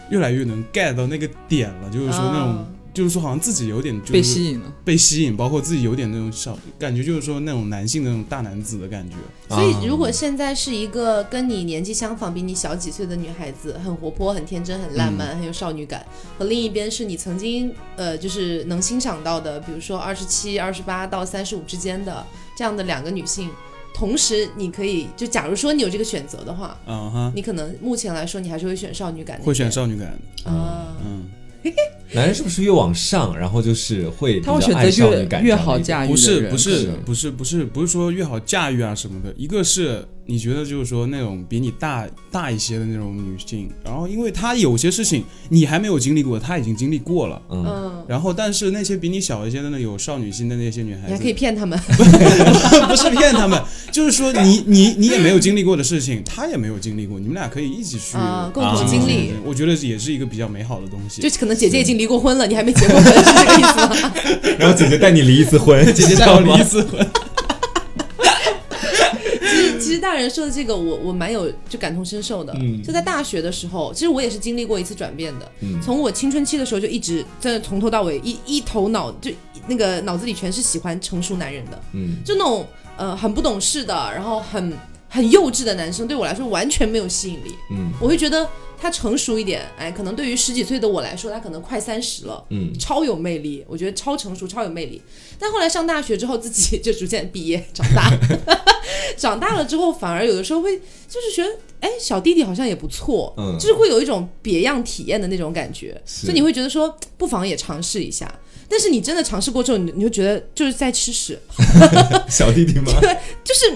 [SPEAKER 4] 越来越能 get 到那个点了，就是说那种。
[SPEAKER 1] 啊
[SPEAKER 4] 就是说，好像自己有点就 是
[SPEAKER 3] 被吸引了。
[SPEAKER 4] 被吸引，包括自己有点那种小感觉，就是说那种男性的那种大男子的感觉。
[SPEAKER 1] 所以如果现在是一个跟你年纪相仿、比你小几岁的女孩子，很活泼、很天真、很浪漫、很有少女感，和另一边是你曾经呃，就是能欣赏到的，比如说二十七、二十八到三十五之间的这样的两个女性，同时你可以就假如说你有这个选择的话，
[SPEAKER 4] 嗯哈，
[SPEAKER 1] 你可能目前来说你还是会选少女感那边，
[SPEAKER 4] 会选少女感。
[SPEAKER 1] 啊。
[SPEAKER 4] 嗯，
[SPEAKER 2] 男人是不是越往上，然后就是会比
[SPEAKER 3] 他会
[SPEAKER 2] 较
[SPEAKER 3] 选
[SPEAKER 2] 爱少
[SPEAKER 3] 择
[SPEAKER 2] 女
[SPEAKER 3] 越
[SPEAKER 2] 感
[SPEAKER 3] 越
[SPEAKER 2] 这样
[SPEAKER 3] 好
[SPEAKER 2] 的一个
[SPEAKER 3] 驾驭
[SPEAKER 4] 不
[SPEAKER 3] 的
[SPEAKER 4] 是
[SPEAKER 3] 人
[SPEAKER 4] 不是
[SPEAKER 2] 是
[SPEAKER 4] 不是不是不是说越好驾驭啊什么的，一个是你觉得就是说那种比你大大一些的那种女性，然后因为她有些事情你还没有经历过，她已经经历过了，
[SPEAKER 2] 嗯，
[SPEAKER 1] 嗯，
[SPEAKER 4] 然后但是那些比你小一些的呢，有少女心的那些女孩
[SPEAKER 1] 你
[SPEAKER 4] 子
[SPEAKER 1] 还可，以骗他们，
[SPEAKER 4] 不是骗他们，就是说你你你也没有经历过的事情，她也没有经历过，你们俩可以一起去
[SPEAKER 1] 啊共
[SPEAKER 2] 同
[SPEAKER 4] 这种
[SPEAKER 2] 经
[SPEAKER 1] 历
[SPEAKER 4] 东西，我觉得也是一个比较美好的东西
[SPEAKER 1] 就。可能姐姐已经离过婚了，你还没结过婚，是这个意思吗？
[SPEAKER 2] 然后姐姐带你离一次婚，姐
[SPEAKER 4] 姐带我离一次婚，
[SPEAKER 1] 其实大人说的这个我，我蛮有就感同身受的。就在大学的时候，其实我也是经历过一次转变的。
[SPEAKER 2] 嗯
[SPEAKER 1] 从我青春期的时候就一直真的从头到尾一一头脑就那个脑子里全是喜欢成熟男人的，
[SPEAKER 2] 嗯，
[SPEAKER 1] 就那种呃很不懂事的，然后很很幼稚的男生，对我来说完全没有吸引力。
[SPEAKER 2] 嗯，
[SPEAKER 1] 我会觉得他成熟一点，哎，可能对于十几岁的我来说，他可能快三十了，
[SPEAKER 2] 嗯，
[SPEAKER 1] 超有魅力，我觉得超成熟，超有魅力。但后来上大学之后，自己 就逐渐毕业长大， 长大了之后，反而有的时候会就是觉得，哎，小弟弟好像也不错，
[SPEAKER 2] 嗯
[SPEAKER 1] 就是会有一种别样体验的那种感觉，
[SPEAKER 2] 是
[SPEAKER 1] 所以你会觉得说，不妨也尝试一下。但是你真的尝试过之后，你你就觉得就是在吃屎，
[SPEAKER 2] 小弟弟吗？
[SPEAKER 1] 就是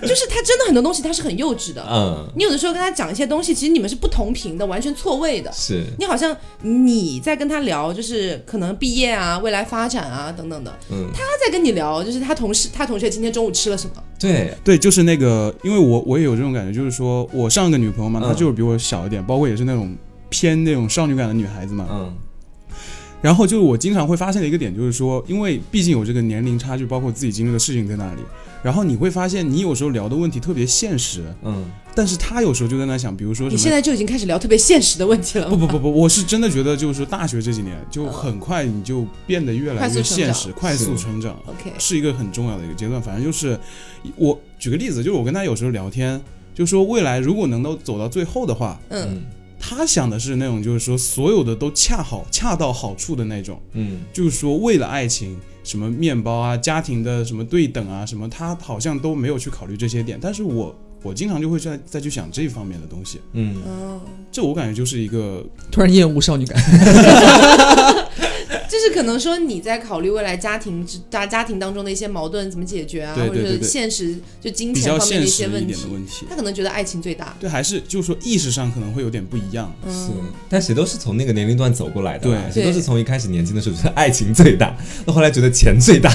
[SPEAKER 1] 就是他真的很多东西他是很幼稚的，
[SPEAKER 2] 嗯，
[SPEAKER 1] 你有的时候跟他讲一些东西，其实你们是不同频的，完全错位的。
[SPEAKER 2] 是，
[SPEAKER 1] 你好像你在跟他聊，就是可能毕业啊、未来发展啊等等的，
[SPEAKER 2] 嗯，
[SPEAKER 1] 他在跟你聊，就是他同事、他同学今天中午吃了什么，
[SPEAKER 2] 对，
[SPEAKER 4] 对，就是那个，因为我我也有这种感觉，就是说我上个女朋友嘛，
[SPEAKER 2] 嗯
[SPEAKER 4] 她就是比我小一点，包括也是那种偏那种少女感的女孩子嘛。
[SPEAKER 2] 嗯
[SPEAKER 4] 然后就是我经常会发现的一个点，就是说，因为毕竟有这个年龄差距，包括自己经历的事情在那里，然后你会发现，你有时候聊的问题特别现实，
[SPEAKER 2] 嗯，
[SPEAKER 4] 但是她有时候就在那想，比如说
[SPEAKER 1] 你
[SPEAKER 4] 什
[SPEAKER 1] 现
[SPEAKER 4] 么。
[SPEAKER 1] 在就已经开始聊特别现实的问题了。
[SPEAKER 4] 不不不不，我是真的觉得，就是说大学这几年，就很快你就变得越来
[SPEAKER 1] 快速
[SPEAKER 4] 越
[SPEAKER 1] 成
[SPEAKER 4] 现
[SPEAKER 1] 长
[SPEAKER 4] 实，快速成长，
[SPEAKER 1] OK，
[SPEAKER 4] 是一个很重要的一个阶段。反正就是我举个例子，就是我跟她有时候聊天，就说未来如果能够走到最后的话，
[SPEAKER 1] 嗯，
[SPEAKER 4] 她想的是那种就是说所有的都恰好恰到好处的那种。
[SPEAKER 2] 嗯
[SPEAKER 4] 就是说为了爱情，什么面包啊、家庭的什么对等啊，什么他好像都没有去考虑这些点。但是我我经常就会再再去想这方面的东西，
[SPEAKER 2] 嗯，
[SPEAKER 1] 嗯，
[SPEAKER 4] 这我感觉就是一个
[SPEAKER 3] 突然厌恶少女感。
[SPEAKER 1] 就是可能说你在考虑未来家庭之家家庭当中的一些矛盾怎么解决啊，
[SPEAKER 4] 对对对
[SPEAKER 1] 或者
[SPEAKER 4] 对
[SPEAKER 1] 是现实就金
[SPEAKER 4] 比
[SPEAKER 1] 钱
[SPEAKER 4] 较
[SPEAKER 1] 方面的一
[SPEAKER 4] 现实
[SPEAKER 1] 些
[SPEAKER 4] 一
[SPEAKER 1] 问
[SPEAKER 4] 点的
[SPEAKER 1] 题，
[SPEAKER 4] 问题。
[SPEAKER 1] 他可能觉得爱情最大。
[SPEAKER 4] 对，还是就是说意识上可能会有点不一样。
[SPEAKER 2] 是
[SPEAKER 1] 嗯，，
[SPEAKER 2] 但谁都是从那个年龄段走过来的啦，
[SPEAKER 4] 对
[SPEAKER 2] 谁都是从一开始年轻的时候觉得爱情最大，到后来觉得钱最大，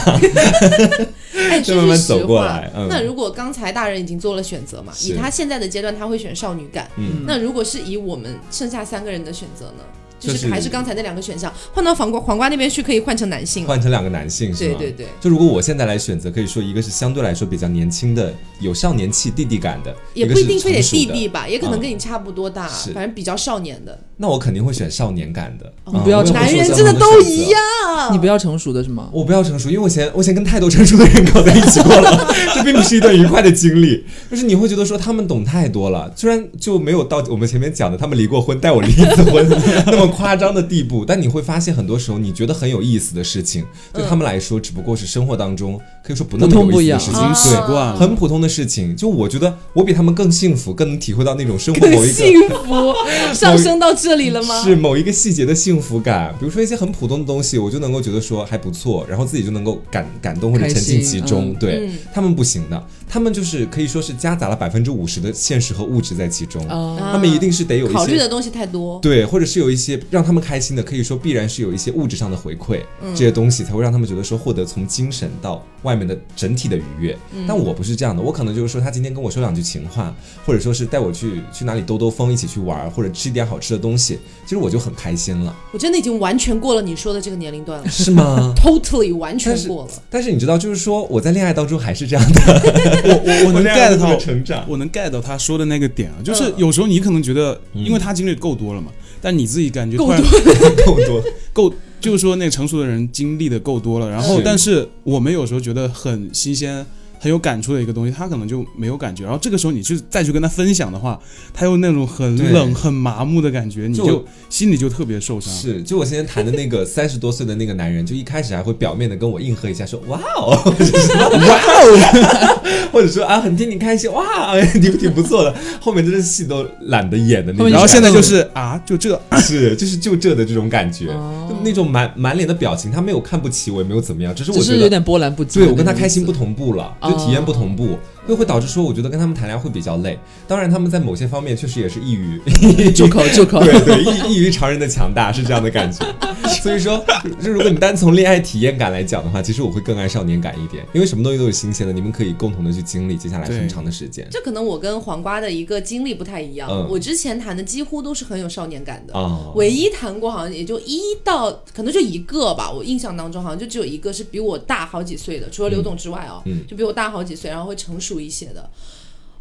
[SPEAKER 1] 哎，
[SPEAKER 2] 就
[SPEAKER 1] 说句
[SPEAKER 2] 慢慢
[SPEAKER 1] 实
[SPEAKER 2] 走过
[SPEAKER 1] 话
[SPEAKER 2] 来嗯
[SPEAKER 1] 那如果刚才大人已经做了选择嘛，以
[SPEAKER 2] 是
[SPEAKER 1] 他现在的阶段，他会选少女感。
[SPEAKER 2] 嗯
[SPEAKER 1] 那如果是以我们剩下三个人的选择呢？就
[SPEAKER 2] 就是
[SPEAKER 1] 是还是刚才那两个选项，换到黄瓜黄瓜那边去可以换成男性了。
[SPEAKER 2] 换成两个男性是
[SPEAKER 1] 对
[SPEAKER 2] 吗？
[SPEAKER 1] 对对，
[SPEAKER 2] 就如果我现在来选择，可以说一个是相对来说比较年轻的，有少年气、弟弟感的，
[SPEAKER 1] 也
[SPEAKER 2] 个
[SPEAKER 1] 不一
[SPEAKER 2] 是
[SPEAKER 1] 定非得
[SPEAKER 2] 成熟
[SPEAKER 1] 弟
[SPEAKER 2] 的
[SPEAKER 1] 弟吧，也可能
[SPEAKER 2] 嗯
[SPEAKER 1] 跟你差不多大，
[SPEAKER 2] 是
[SPEAKER 1] 反正比较少年的。
[SPEAKER 2] 那我肯定会选少年感的。
[SPEAKER 3] 你不要
[SPEAKER 2] 嗯
[SPEAKER 3] 这么
[SPEAKER 1] 哦男
[SPEAKER 2] 我也会
[SPEAKER 1] 人
[SPEAKER 2] 做这
[SPEAKER 1] 真
[SPEAKER 2] 样的
[SPEAKER 1] 的都
[SPEAKER 2] 选择
[SPEAKER 1] 一样，
[SPEAKER 3] 你不要成熟的是吗？
[SPEAKER 2] 我不要成熟，因为我以前我以前跟太多成熟的人搞在一起过了，这并不是一段愉快的经历。就是你会觉得说他们懂太多了，虽然就没有到我们前面讲的他们离过婚带我离一次婚那么夸张的地步，但你会发现很多时候你觉得很有意思的事情，对他们来说只不过是生活当中可以说不那
[SPEAKER 3] 普通
[SPEAKER 2] 么有
[SPEAKER 3] 不一
[SPEAKER 2] 意思的事
[SPEAKER 3] 样
[SPEAKER 4] 已
[SPEAKER 2] 情，
[SPEAKER 4] 经习
[SPEAKER 1] 啊
[SPEAKER 4] 惯了，
[SPEAKER 2] 很普通的事情。就我觉得我比他们更幸福，更能体会到那种生活
[SPEAKER 1] 更
[SPEAKER 2] 某一个
[SPEAKER 1] 幸福，上升到这里了吗？
[SPEAKER 2] 是某一个细节的幸福感，比如说一些很普通的东西，我就能够觉得说还不错，然后自己就能够感感动或者沉浸其中。对、
[SPEAKER 1] 嗯
[SPEAKER 2] 他们不行的，他们就是可以说是夹杂了百分之五十的现实和物质在其中，
[SPEAKER 3] 啊，
[SPEAKER 2] 他们一定是得有一
[SPEAKER 1] 哦考虑
[SPEAKER 2] 些
[SPEAKER 1] 的东西太多。
[SPEAKER 2] 对，或者是有一些让他们开心的，可以说必然是有一些物质上的回馈，这些东西才会让他们觉得说获得从精神到外面的整体的愉悦。但我不是这样的，我可能就是说他今天跟我说两句情话，或者说是带我去去哪里兜兜风，一起去玩儿，或者吃一点好吃的东西，其实我就很开心了。
[SPEAKER 1] 我真的已经完全过了你说的这个年龄段了
[SPEAKER 2] 是吗？
[SPEAKER 1] ，totally 完全
[SPEAKER 2] 但是
[SPEAKER 1] 过了。
[SPEAKER 2] 但是你知道，就是说我在恋爱当中还是这 样的，
[SPEAKER 4] 我我我能
[SPEAKER 2] get
[SPEAKER 4] get 到，
[SPEAKER 2] 成长。
[SPEAKER 4] 我能 get 到他说的那个点啊，就是有时候你可能觉得，
[SPEAKER 2] 嗯
[SPEAKER 4] 因为他经历够多了嘛，但你自己感觉
[SPEAKER 1] 够
[SPEAKER 4] 突然
[SPEAKER 1] 多
[SPEAKER 2] 够多，
[SPEAKER 4] 够，就是说那个成熟的人经历的够多了，然后
[SPEAKER 2] 是
[SPEAKER 4] 但是我们有时候觉得很新鲜，很有感触的一个东西，他可能就没有感觉。然后这个时候你去再去跟他分享的话，他又那种很
[SPEAKER 2] 对
[SPEAKER 4] 冷、很麻木的感觉，你
[SPEAKER 2] 就
[SPEAKER 4] 就心里就特别受伤。
[SPEAKER 2] 是，就我现在谈的那个三十多岁的那个男人，就一开始还会表面的跟我硬核一下，说哇哦， 或者是哇哦， 或者说啊很替你开心，哇， 挺挺不错的。后面真的戏都懒得演的那种。
[SPEAKER 4] 然后现在就是啊，就这，
[SPEAKER 2] 是就是就这的这种感觉，就那种满满脸的表情，他没有看不起我，也没有怎么样，只是我
[SPEAKER 3] 只
[SPEAKER 2] 觉
[SPEAKER 3] 是
[SPEAKER 2] 得
[SPEAKER 3] 有点波澜不惊。
[SPEAKER 2] 对我跟他开心不，同步了，
[SPEAKER 3] 哦
[SPEAKER 2] 就体验不同步，就会导致说，我觉得跟他们谈恋爱会比较累。当然，他们在某些方面确实也是异于，
[SPEAKER 3] 住口住口。
[SPEAKER 2] 对 对，异异于常人的强大，是这样的感 觉。所以说，就如果你单从恋爱体验感来讲的话，其实我会更爱少年感一点，因为什么东西都是新鲜的，你们可以共同的去经历接下来很
[SPEAKER 4] 对
[SPEAKER 2] 长的时间
[SPEAKER 1] 这可能我跟黄瓜的一个经历不太一样，
[SPEAKER 2] 嗯
[SPEAKER 1] 我之前谈的几乎都是很有少年感的。
[SPEAKER 2] 啊。
[SPEAKER 1] 唯一谈过好像也就一到可能就一个吧，我印象当中好像就只有一个是比我大好几岁的，除了刘总之外哦，
[SPEAKER 2] 嗯
[SPEAKER 1] 就比我大好几岁，然后会成熟一些的，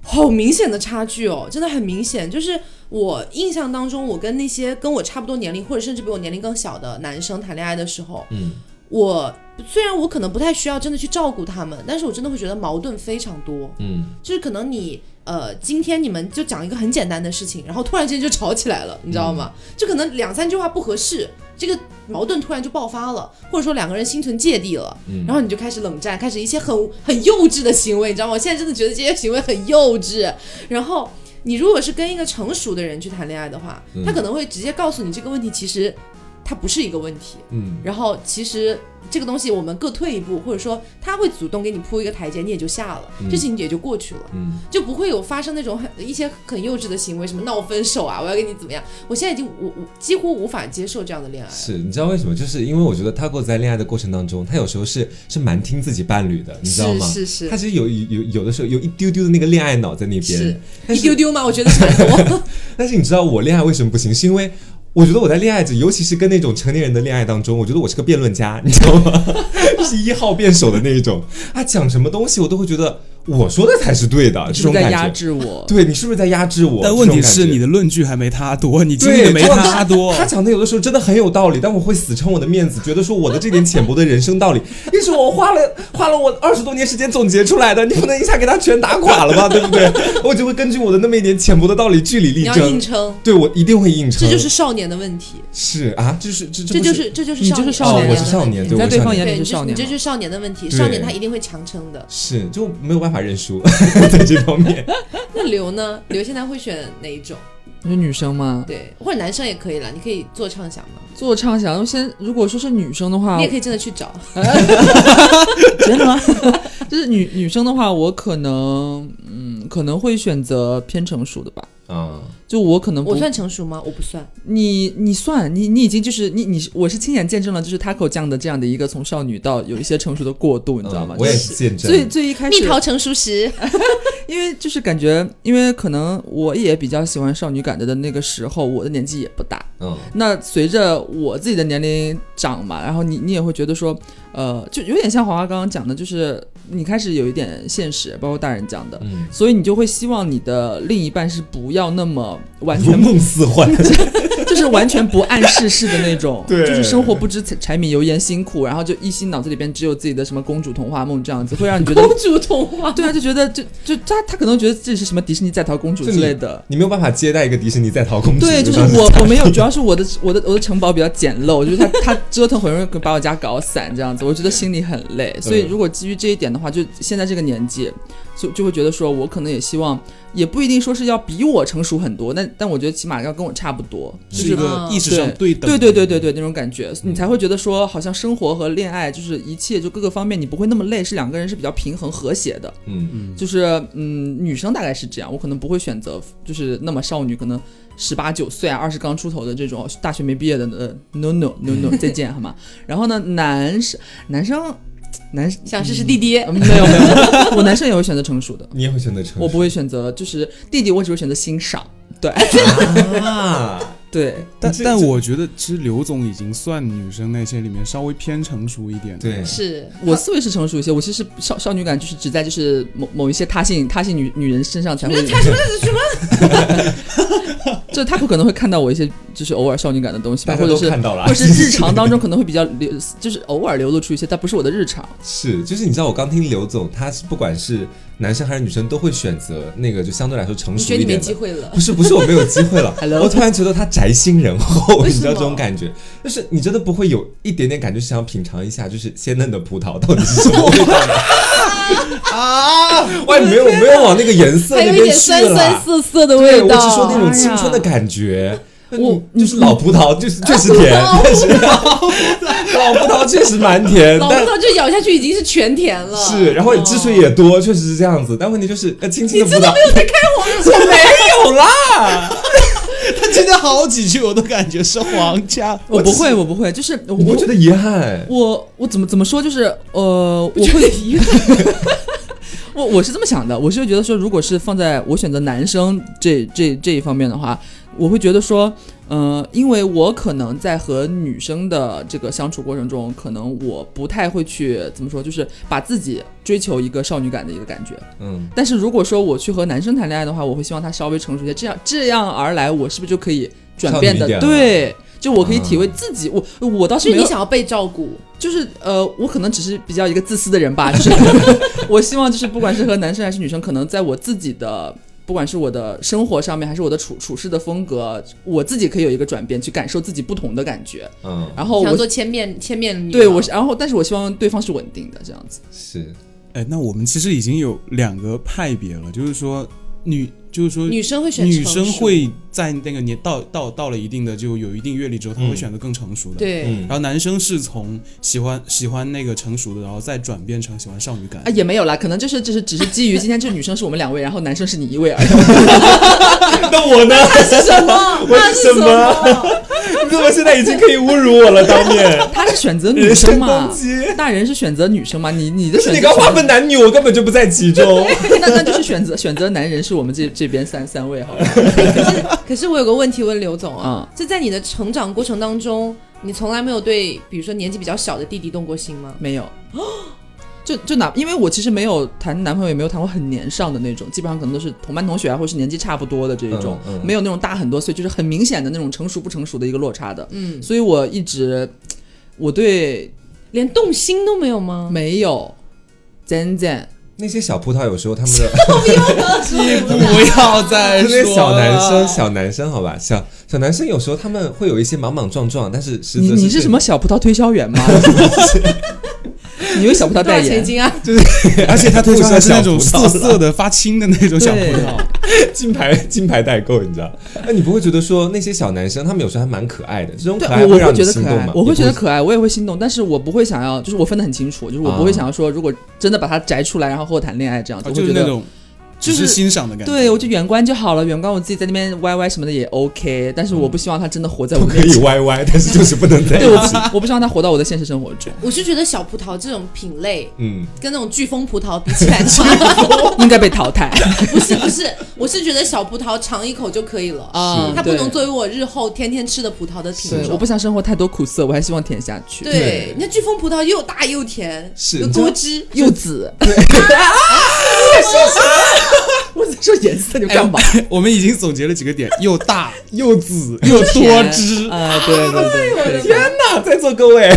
[SPEAKER 1] 好明显的差距哦，真的很明显。就是我印象当中，我跟那些跟我差不多年龄或者甚至比我年龄更小的男生谈恋爱的时候，
[SPEAKER 2] 嗯，
[SPEAKER 1] 我虽然我可能不太需要真的去照顾他们，但是我真的会觉得矛盾非常多。
[SPEAKER 2] 嗯，
[SPEAKER 1] 就是可能你呃，今天你们就讲一个很简单的事情，然后突然之间就吵起来了，你知道吗？就可能两三句话不合适，这个矛盾突然就爆发了，或者说两个人心存芥蒂了，
[SPEAKER 2] 嗯
[SPEAKER 1] 然后你就开始冷战，开始一些很很幼稚的行为，你知道吗？我现在真的觉得这些行为很幼稚。然后你如果是跟一个成熟的人去谈恋爱的话，他可能会直接告诉你这个问题其实它不是一个问题，
[SPEAKER 2] 嗯，
[SPEAKER 1] 然后其实这个东西我们各退一步，或者说他会主动给你铺一个台阶，你也就下了，这事情也就过去了，
[SPEAKER 2] 嗯
[SPEAKER 1] 就不会有发生那种很一些很幼稚的行为，什么闹分手啊，我要跟你怎么样。我现在已经我我几乎无法接受这样的恋爱了。
[SPEAKER 2] 是，你知道为什么？就是因为我觉得 Taco 在恋爱的过程当中，他有时候是是蛮听自己伴侣的，你知道吗？
[SPEAKER 1] 是是是
[SPEAKER 2] 他其实有有有的时候有一丢丢的那个恋爱脑在那边
[SPEAKER 1] 是，
[SPEAKER 2] 但
[SPEAKER 1] 一
[SPEAKER 2] 是
[SPEAKER 1] 丢丢吗？我觉得差不多。
[SPEAKER 2] 但 是你知道我恋爱为什么不行？是因为我觉得我在恋爱着，尤其是跟那种成年人的恋爱当中，我觉得我是个辩论家，你知道吗？ 就是一号辩手的那一种，他讲什么东西我都会觉得我说的才是对的，这
[SPEAKER 3] 是不
[SPEAKER 2] 种
[SPEAKER 3] 是在压
[SPEAKER 2] 感觉。
[SPEAKER 3] 制我，
[SPEAKER 2] 对你是不是在压制我？
[SPEAKER 4] 但问题是
[SPEAKER 2] 的。
[SPEAKER 4] 你的论据还没他多，你经历
[SPEAKER 2] 对，
[SPEAKER 4] 的没
[SPEAKER 2] 就
[SPEAKER 4] 他多。
[SPEAKER 2] 他讲的有的时候真的很有道理，但我会死撑我的面子，觉得说我的这点浅薄的人生道理，也是我花了 花了我二十多年时间总结出来的，你不能一下给他全打垮了吧，对不对？我就会根据我的那么一点浅薄的道理据理力
[SPEAKER 1] 你要
[SPEAKER 2] 争。
[SPEAKER 1] 硬撑，
[SPEAKER 2] 对，我一定会硬撑。
[SPEAKER 1] 这就是少年的问题，
[SPEAKER 2] 是啊，这是这这
[SPEAKER 1] 这
[SPEAKER 2] 不
[SPEAKER 1] 就是这就是
[SPEAKER 3] 你
[SPEAKER 1] 少
[SPEAKER 3] 就是
[SPEAKER 1] 年的
[SPEAKER 3] 少
[SPEAKER 2] 哦
[SPEAKER 3] 年，
[SPEAKER 2] 我
[SPEAKER 1] 问
[SPEAKER 2] 是
[SPEAKER 1] 题
[SPEAKER 2] 少年，对，
[SPEAKER 3] 你在
[SPEAKER 2] 我
[SPEAKER 3] 对
[SPEAKER 2] 是少
[SPEAKER 3] 方
[SPEAKER 2] 年
[SPEAKER 3] 眼
[SPEAKER 1] 对，
[SPEAKER 3] 里是
[SPEAKER 1] 你
[SPEAKER 3] 少
[SPEAKER 1] 这你
[SPEAKER 3] 年
[SPEAKER 1] 这就
[SPEAKER 3] 嘛。
[SPEAKER 1] 是少年的问题，
[SPEAKER 2] 对
[SPEAKER 1] 少年他一定会强撑的。
[SPEAKER 2] 是就没有办法认输， 在这方面。
[SPEAKER 1] 那刘呢？刘现在会选哪一种？
[SPEAKER 3] 你说女生吗？
[SPEAKER 1] 对，或者男生也可以了，你可以做畅想嘛，
[SPEAKER 3] 做畅想，先如果说是女生的话
[SPEAKER 1] 你也，可以真的去找。
[SPEAKER 3] 真的吗？ 就是女女生的话，我可能嗯，可能会选择偏成熟的吧。
[SPEAKER 2] 啊，
[SPEAKER 3] 就我可能不
[SPEAKER 1] 我算成熟吗？我不算。
[SPEAKER 3] 你你算你你已经就是你你我是亲眼见证了，就是 Taco 酱的这样的一个从少女到有一些成熟的过渡， 你知道吗？
[SPEAKER 2] 嗯我也
[SPEAKER 3] 就是
[SPEAKER 2] 见证。
[SPEAKER 3] 最最一开始
[SPEAKER 1] 蜜桃成熟时，
[SPEAKER 3] 因为就是感觉，因为可能我也比较喜欢少女感的的那个时候，我的年纪也不大。
[SPEAKER 2] 嗯
[SPEAKER 3] 那随着我自己的年龄长嘛，然后你你也会觉得说，呃，就有点像黄花刚刚讲的，就是你开始有一点现实，包括大人讲的，
[SPEAKER 2] 嗯，
[SPEAKER 3] 所以你就会希望你的另一半是不要那么完
[SPEAKER 2] 如
[SPEAKER 3] 全
[SPEAKER 2] 梦似 幻。
[SPEAKER 3] 就是完全不谙世事的那 种，
[SPEAKER 2] 对
[SPEAKER 3] 就是生活不知柴米油盐辛苦，然后就一心脑子里边只有自己的什么公主童话梦这样子，会让你觉 得
[SPEAKER 1] 公，主童话。
[SPEAKER 3] 对啊，就觉得就就他他可能觉得自己是什么迪士尼在逃公主之类的。
[SPEAKER 2] 你没有办法接待一个迪士尼在逃公主，
[SPEAKER 3] 对，就是
[SPEAKER 2] 吧
[SPEAKER 3] 我，我没有，主要是我的我的我的城堡比较简陋，就是他他折腾很容易把我家搞散这样子，我觉得心里很累。所以如果基于这一点的话，就现在这个年纪，就就会觉得说我可能也希望，也不一定说是要比我成熟很多，但但我觉得起码要跟我差不多，就是
[SPEAKER 4] 一个意识上对等的，嗯
[SPEAKER 3] 对对对对对，那种感觉，你才会觉得说，好像生活和恋爱就是一切就各个方面，你不会那么累，是两个人是比较平衡和谐的。
[SPEAKER 2] 嗯。
[SPEAKER 3] 就是嗯，女生大概是这样，我可能不会选择就是那么少女，可能十八九岁啊，二十刚出头的这种大学没毕业的，呃，no no no no，再见好吗？然后呢，男生男生男生
[SPEAKER 1] 想试
[SPEAKER 2] 嗯
[SPEAKER 1] 试弟弟，
[SPEAKER 3] 呃没有没有，没有我男生也会选择成熟的，
[SPEAKER 2] 你也会选择成
[SPEAKER 3] 我不会选择就是弟弟，我只会选择欣赏。对
[SPEAKER 2] 啊，
[SPEAKER 3] 对，
[SPEAKER 4] 但
[SPEAKER 2] 这
[SPEAKER 4] 但
[SPEAKER 2] 这
[SPEAKER 4] 我觉得，其实刘总已经算女生那些里面稍微偏成熟一点的。
[SPEAKER 2] 对，
[SPEAKER 1] 是
[SPEAKER 3] 我思维是成熟一些，我其实少少女感就是只在就是
[SPEAKER 2] 嗯
[SPEAKER 3] 某某一些他性他性女女人身上才会，
[SPEAKER 1] 什么什么什么？
[SPEAKER 3] 就他可能会看到我一些就是偶尔少女感的东西吧，
[SPEAKER 2] 大家
[SPEAKER 3] 或者
[SPEAKER 2] 都
[SPEAKER 3] 是
[SPEAKER 2] 看到了
[SPEAKER 3] 或者，是 日常当中可能会比较流，就是偶尔流露出一些，但不是我的日常。
[SPEAKER 2] 是，就是你知道，我刚听刘总，他是不管是男生还是女生，都会选择那个就相对来说成
[SPEAKER 1] 你
[SPEAKER 2] 熟
[SPEAKER 1] 觉得
[SPEAKER 2] 一
[SPEAKER 1] 你没
[SPEAKER 2] 点
[SPEAKER 1] 机
[SPEAKER 2] 的。
[SPEAKER 1] 会了
[SPEAKER 2] 不？是不是，我没有机会了
[SPEAKER 3] Hello
[SPEAKER 2] 我突然觉得他宅心仁厚，
[SPEAKER 1] 为
[SPEAKER 2] 你
[SPEAKER 1] 什么
[SPEAKER 2] 知道这种感觉，就是你真的不会有一点点感觉想要品尝一下，就是鲜嫩的葡萄到底是什么味道 呢？啊！我也没有我没有往那个颜色
[SPEAKER 1] 还
[SPEAKER 2] 那
[SPEAKER 1] 有一
[SPEAKER 2] 边
[SPEAKER 1] 点
[SPEAKER 2] 去
[SPEAKER 1] 酸酸
[SPEAKER 2] 啦。
[SPEAKER 1] 涩涩的
[SPEAKER 2] 对，
[SPEAKER 1] 味
[SPEAKER 2] 我
[SPEAKER 1] 道。
[SPEAKER 2] 只说那种青春的感觉。我就是老葡萄，就是确实 甜，但是 老葡萄确实蛮甜，
[SPEAKER 1] 老
[SPEAKER 2] 但
[SPEAKER 1] 葡萄就咬下去已经是全甜了。
[SPEAKER 2] 是，然后你汁水也多，确实是这样子。但问题就是，呃，轻轻的
[SPEAKER 1] 你真的
[SPEAKER 2] 没有在开黄我没有啦。
[SPEAKER 4] 他今天好几句我都感觉是皇家，
[SPEAKER 3] 我不会，我不会，就是我
[SPEAKER 2] 我不觉得遗憾，
[SPEAKER 3] 我我怎么怎么说，就是 呃，我会遗憾。我我是这么想的，我是觉得说，如果是放在我选择男生这这这一方面的话，我会觉得说，嗯、因为我可能在和女生的这个相处过程中，可能我不太会去怎么说，就是把自己追求一个少女感的一个感觉。
[SPEAKER 2] 嗯，
[SPEAKER 3] 但是如果说我去和男生谈恋爱的话，我会希望他稍微成熟一些，这样这样而来，我是不是就可以转变
[SPEAKER 2] 少女一点
[SPEAKER 3] 的？
[SPEAKER 2] 了嗯
[SPEAKER 3] 对，就我可以体会自己，我我倒是
[SPEAKER 1] 是
[SPEAKER 3] 没有
[SPEAKER 1] 你想要被照顾，
[SPEAKER 3] 就是呃，我可能只是比较一个自私的人 吧，就是我希望就是不管是和男生还是女生，可能在我自己的不管是我的生活上面，还是我的处处事的风格，我自己可以有一个转变，去感受自己不同的感觉。
[SPEAKER 2] 嗯，
[SPEAKER 3] 然后
[SPEAKER 1] 想
[SPEAKER 3] 我
[SPEAKER 1] 做千面千面女。
[SPEAKER 3] 对我是，然后但是我希望对方是稳定的这样子。
[SPEAKER 2] 是，
[SPEAKER 4] 哎，那我们其实已经有两个派别了，就是说女，就是说
[SPEAKER 1] 女生会选
[SPEAKER 4] 女
[SPEAKER 1] 成
[SPEAKER 4] 生
[SPEAKER 1] 熟
[SPEAKER 4] 会在那个年到到到了一定的就有一定阅历之后，她会
[SPEAKER 2] 嗯
[SPEAKER 4] 选择更成熟的。。
[SPEAKER 1] 对，
[SPEAKER 2] 嗯
[SPEAKER 4] 然，后男生是从喜欢喜欢那个成熟的，然后再转变成喜欢少女感。
[SPEAKER 1] 哎
[SPEAKER 3] 啊，也没有啦，可能就是就是只是基于今天这女生是我们两位，然后男生是你一位而已。
[SPEAKER 2] 那我呢？
[SPEAKER 1] 是什么？
[SPEAKER 2] 我是什么？你怎么现在已经可以侮辱我了？当面
[SPEAKER 3] 他是选择女
[SPEAKER 2] 人
[SPEAKER 3] 生
[SPEAKER 2] 身攻
[SPEAKER 3] 嘛，
[SPEAKER 2] 击，
[SPEAKER 3] 大人是选择女生嘛，你你 的
[SPEAKER 2] 就是
[SPEAKER 3] 选
[SPEAKER 2] 你
[SPEAKER 3] 择
[SPEAKER 2] 刚划
[SPEAKER 3] 是
[SPEAKER 2] 分男女，我根本就不在其中。
[SPEAKER 3] 那那就是选择选择男人是我们这这边三三位好 了。
[SPEAKER 1] 可是我有个问题问刘总啊
[SPEAKER 3] 嗯，
[SPEAKER 1] 就在你的成长过程当中，你从来没有对比如说年纪比较小的弟弟动过心
[SPEAKER 2] 嗯
[SPEAKER 1] 吗？
[SPEAKER 3] 没有。就就哪，因为我其实没有谈男朋友，也没有谈过很年上的那种，基本上可能都是同班同学啊，或者是年纪差不多的这一种，
[SPEAKER 2] 嗯嗯
[SPEAKER 3] 没有那种大很多岁，就是很明显的那种成熟不成熟的一个落差的。
[SPEAKER 1] 嗯，
[SPEAKER 3] 所以我一直，我对
[SPEAKER 1] 连动心都没有吗？
[SPEAKER 3] 没有，简简，
[SPEAKER 2] 那些小葡萄有时候他们的
[SPEAKER 4] 不要再
[SPEAKER 2] 特别
[SPEAKER 4] 说
[SPEAKER 2] 小男生，
[SPEAKER 4] 了
[SPEAKER 2] 小男生好吧，小小男生有时候他们会有一些莽莽撞撞，但是实
[SPEAKER 3] 你
[SPEAKER 2] 则
[SPEAKER 3] 你是什么小葡萄推销员吗？ 你为小葡萄
[SPEAKER 1] 多
[SPEAKER 3] 代
[SPEAKER 1] 少 钱一
[SPEAKER 3] 言？
[SPEAKER 1] 斤啊？
[SPEAKER 2] 对？ 而且他推
[SPEAKER 4] 对，
[SPEAKER 2] 销
[SPEAKER 4] 像是
[SPEAKER 2] 小
[SPEAKER 4] 那
[SPEAKER 2] 葡
[SPEAKER 4] 种
[SPEAKER 2] 萄
[SPEAKER 4] 涩涩的、发青的那种小葡萄。
[SPEAKER 2] 金牌金牌代购，你知道？哎，你不会觉得说那些小男生他们有时候还蛮可爱的，这种
[SPEAKER 3] 对
[SPEAKER 2] 可，爱
[SPEAKER 3] 我我
[SPEAKER 2] 让
[SPEAKER 3] 会
[SPEAKER 2] 你
[SPEAKER 3] 觉得
[SPEAKER 2] 心
[SPEAKER 3] 可
[SPEAKER 2] 动
[SPEAKER 3] 爱
[SPEAKER 2] 吗，？
[SPEAKER 3] 我会觉得
[SPEAKER 2] 你 不
[SPEAKER 3] 可爱，我也会心动，但是我不会想要，就是我分得很清楚，就是我
[SPEAKER 2] 啊
[SPEAKER 3] 不会想要说，如果真的把他摘出来，然后和我谈恋爱这样子，
[SPEAKER 4] 啊
[SPEAKER 3] 我
[SPEAKER 4] 就
[SPEAKER 3] 会
[SPEAKER 4] 是
[SPEAKER 3] 觉
[SPEAKER 4] 那
[SPEAKER 3] 得
[SPEAKER 4] 种只
[SPEAKER 3] 就是
[SPEAKER 4] 是欣赏的感觉。
[SPEAKER 3] 对，我就远观就好了，远观我自己在那边歪歪什么的也 OK，但是我
[SPEAKER 4] 嗯
[SPEAKER 3] 不希望他真的活在我
[SPEAKER 2] 不可
[SPEAKER 3] 面
[SPEAKER 2] 以
[SPEAKER 3] 前。
[SPEAKER 2] 歪歪，但是就是不能在
[SPEAKER 3] 对，我
[SPEAKER 2] 一
[SPEAKER 3] 不
[SPEAKER 2] 起。
[SPEAKER 3] 希我不希望他活到我的现实生活 中，
[SPEAKER 1] 我是觉得小葡萄这种品类
[SPEAKER 2] 嗯，
[SPEAKER 1] 跟那种飓风葡萄比起 来差 很多。
[SPEAKER 3] 应该被淘汰
[SPEAKER 1] 不是不是，我是觉得小葡萄尝一口就可以了，
[SPEAKER 3] 啊
[SPEAKER 2] 嗯
[SPEAKER 1] 它不能作
[SPEAKER 3] 做。
[SPEAKER 1] 为我日后天天吃的葡萄的品
[SPEAKER 3] 对，
[SPEAKER 1] 种
[SPEAKER 3] 我。不想生活太多苦涩，我还希望甜下去。
[SPEAKER 1] 对，那飓风葡萄又大又甜，
[SPEAKER 2] 是
[SPEAKER 1] 有
[SPEAKER 2] 你知道
[SPEAKER 1] 多汁。
[SPEAKER 3] 柚子，我在说颜色，你干嘛？
[SPEAKER 2] 哎
[SPEAKER 4] 我们已经总结了几个点：又大又紫又多
[SPEAKER 3] 甜
[SPEAKER 4] 汁。
[SPEAKER 3] 啊，对对 对对，
[SPEAKER 2] 天哪，在座各位，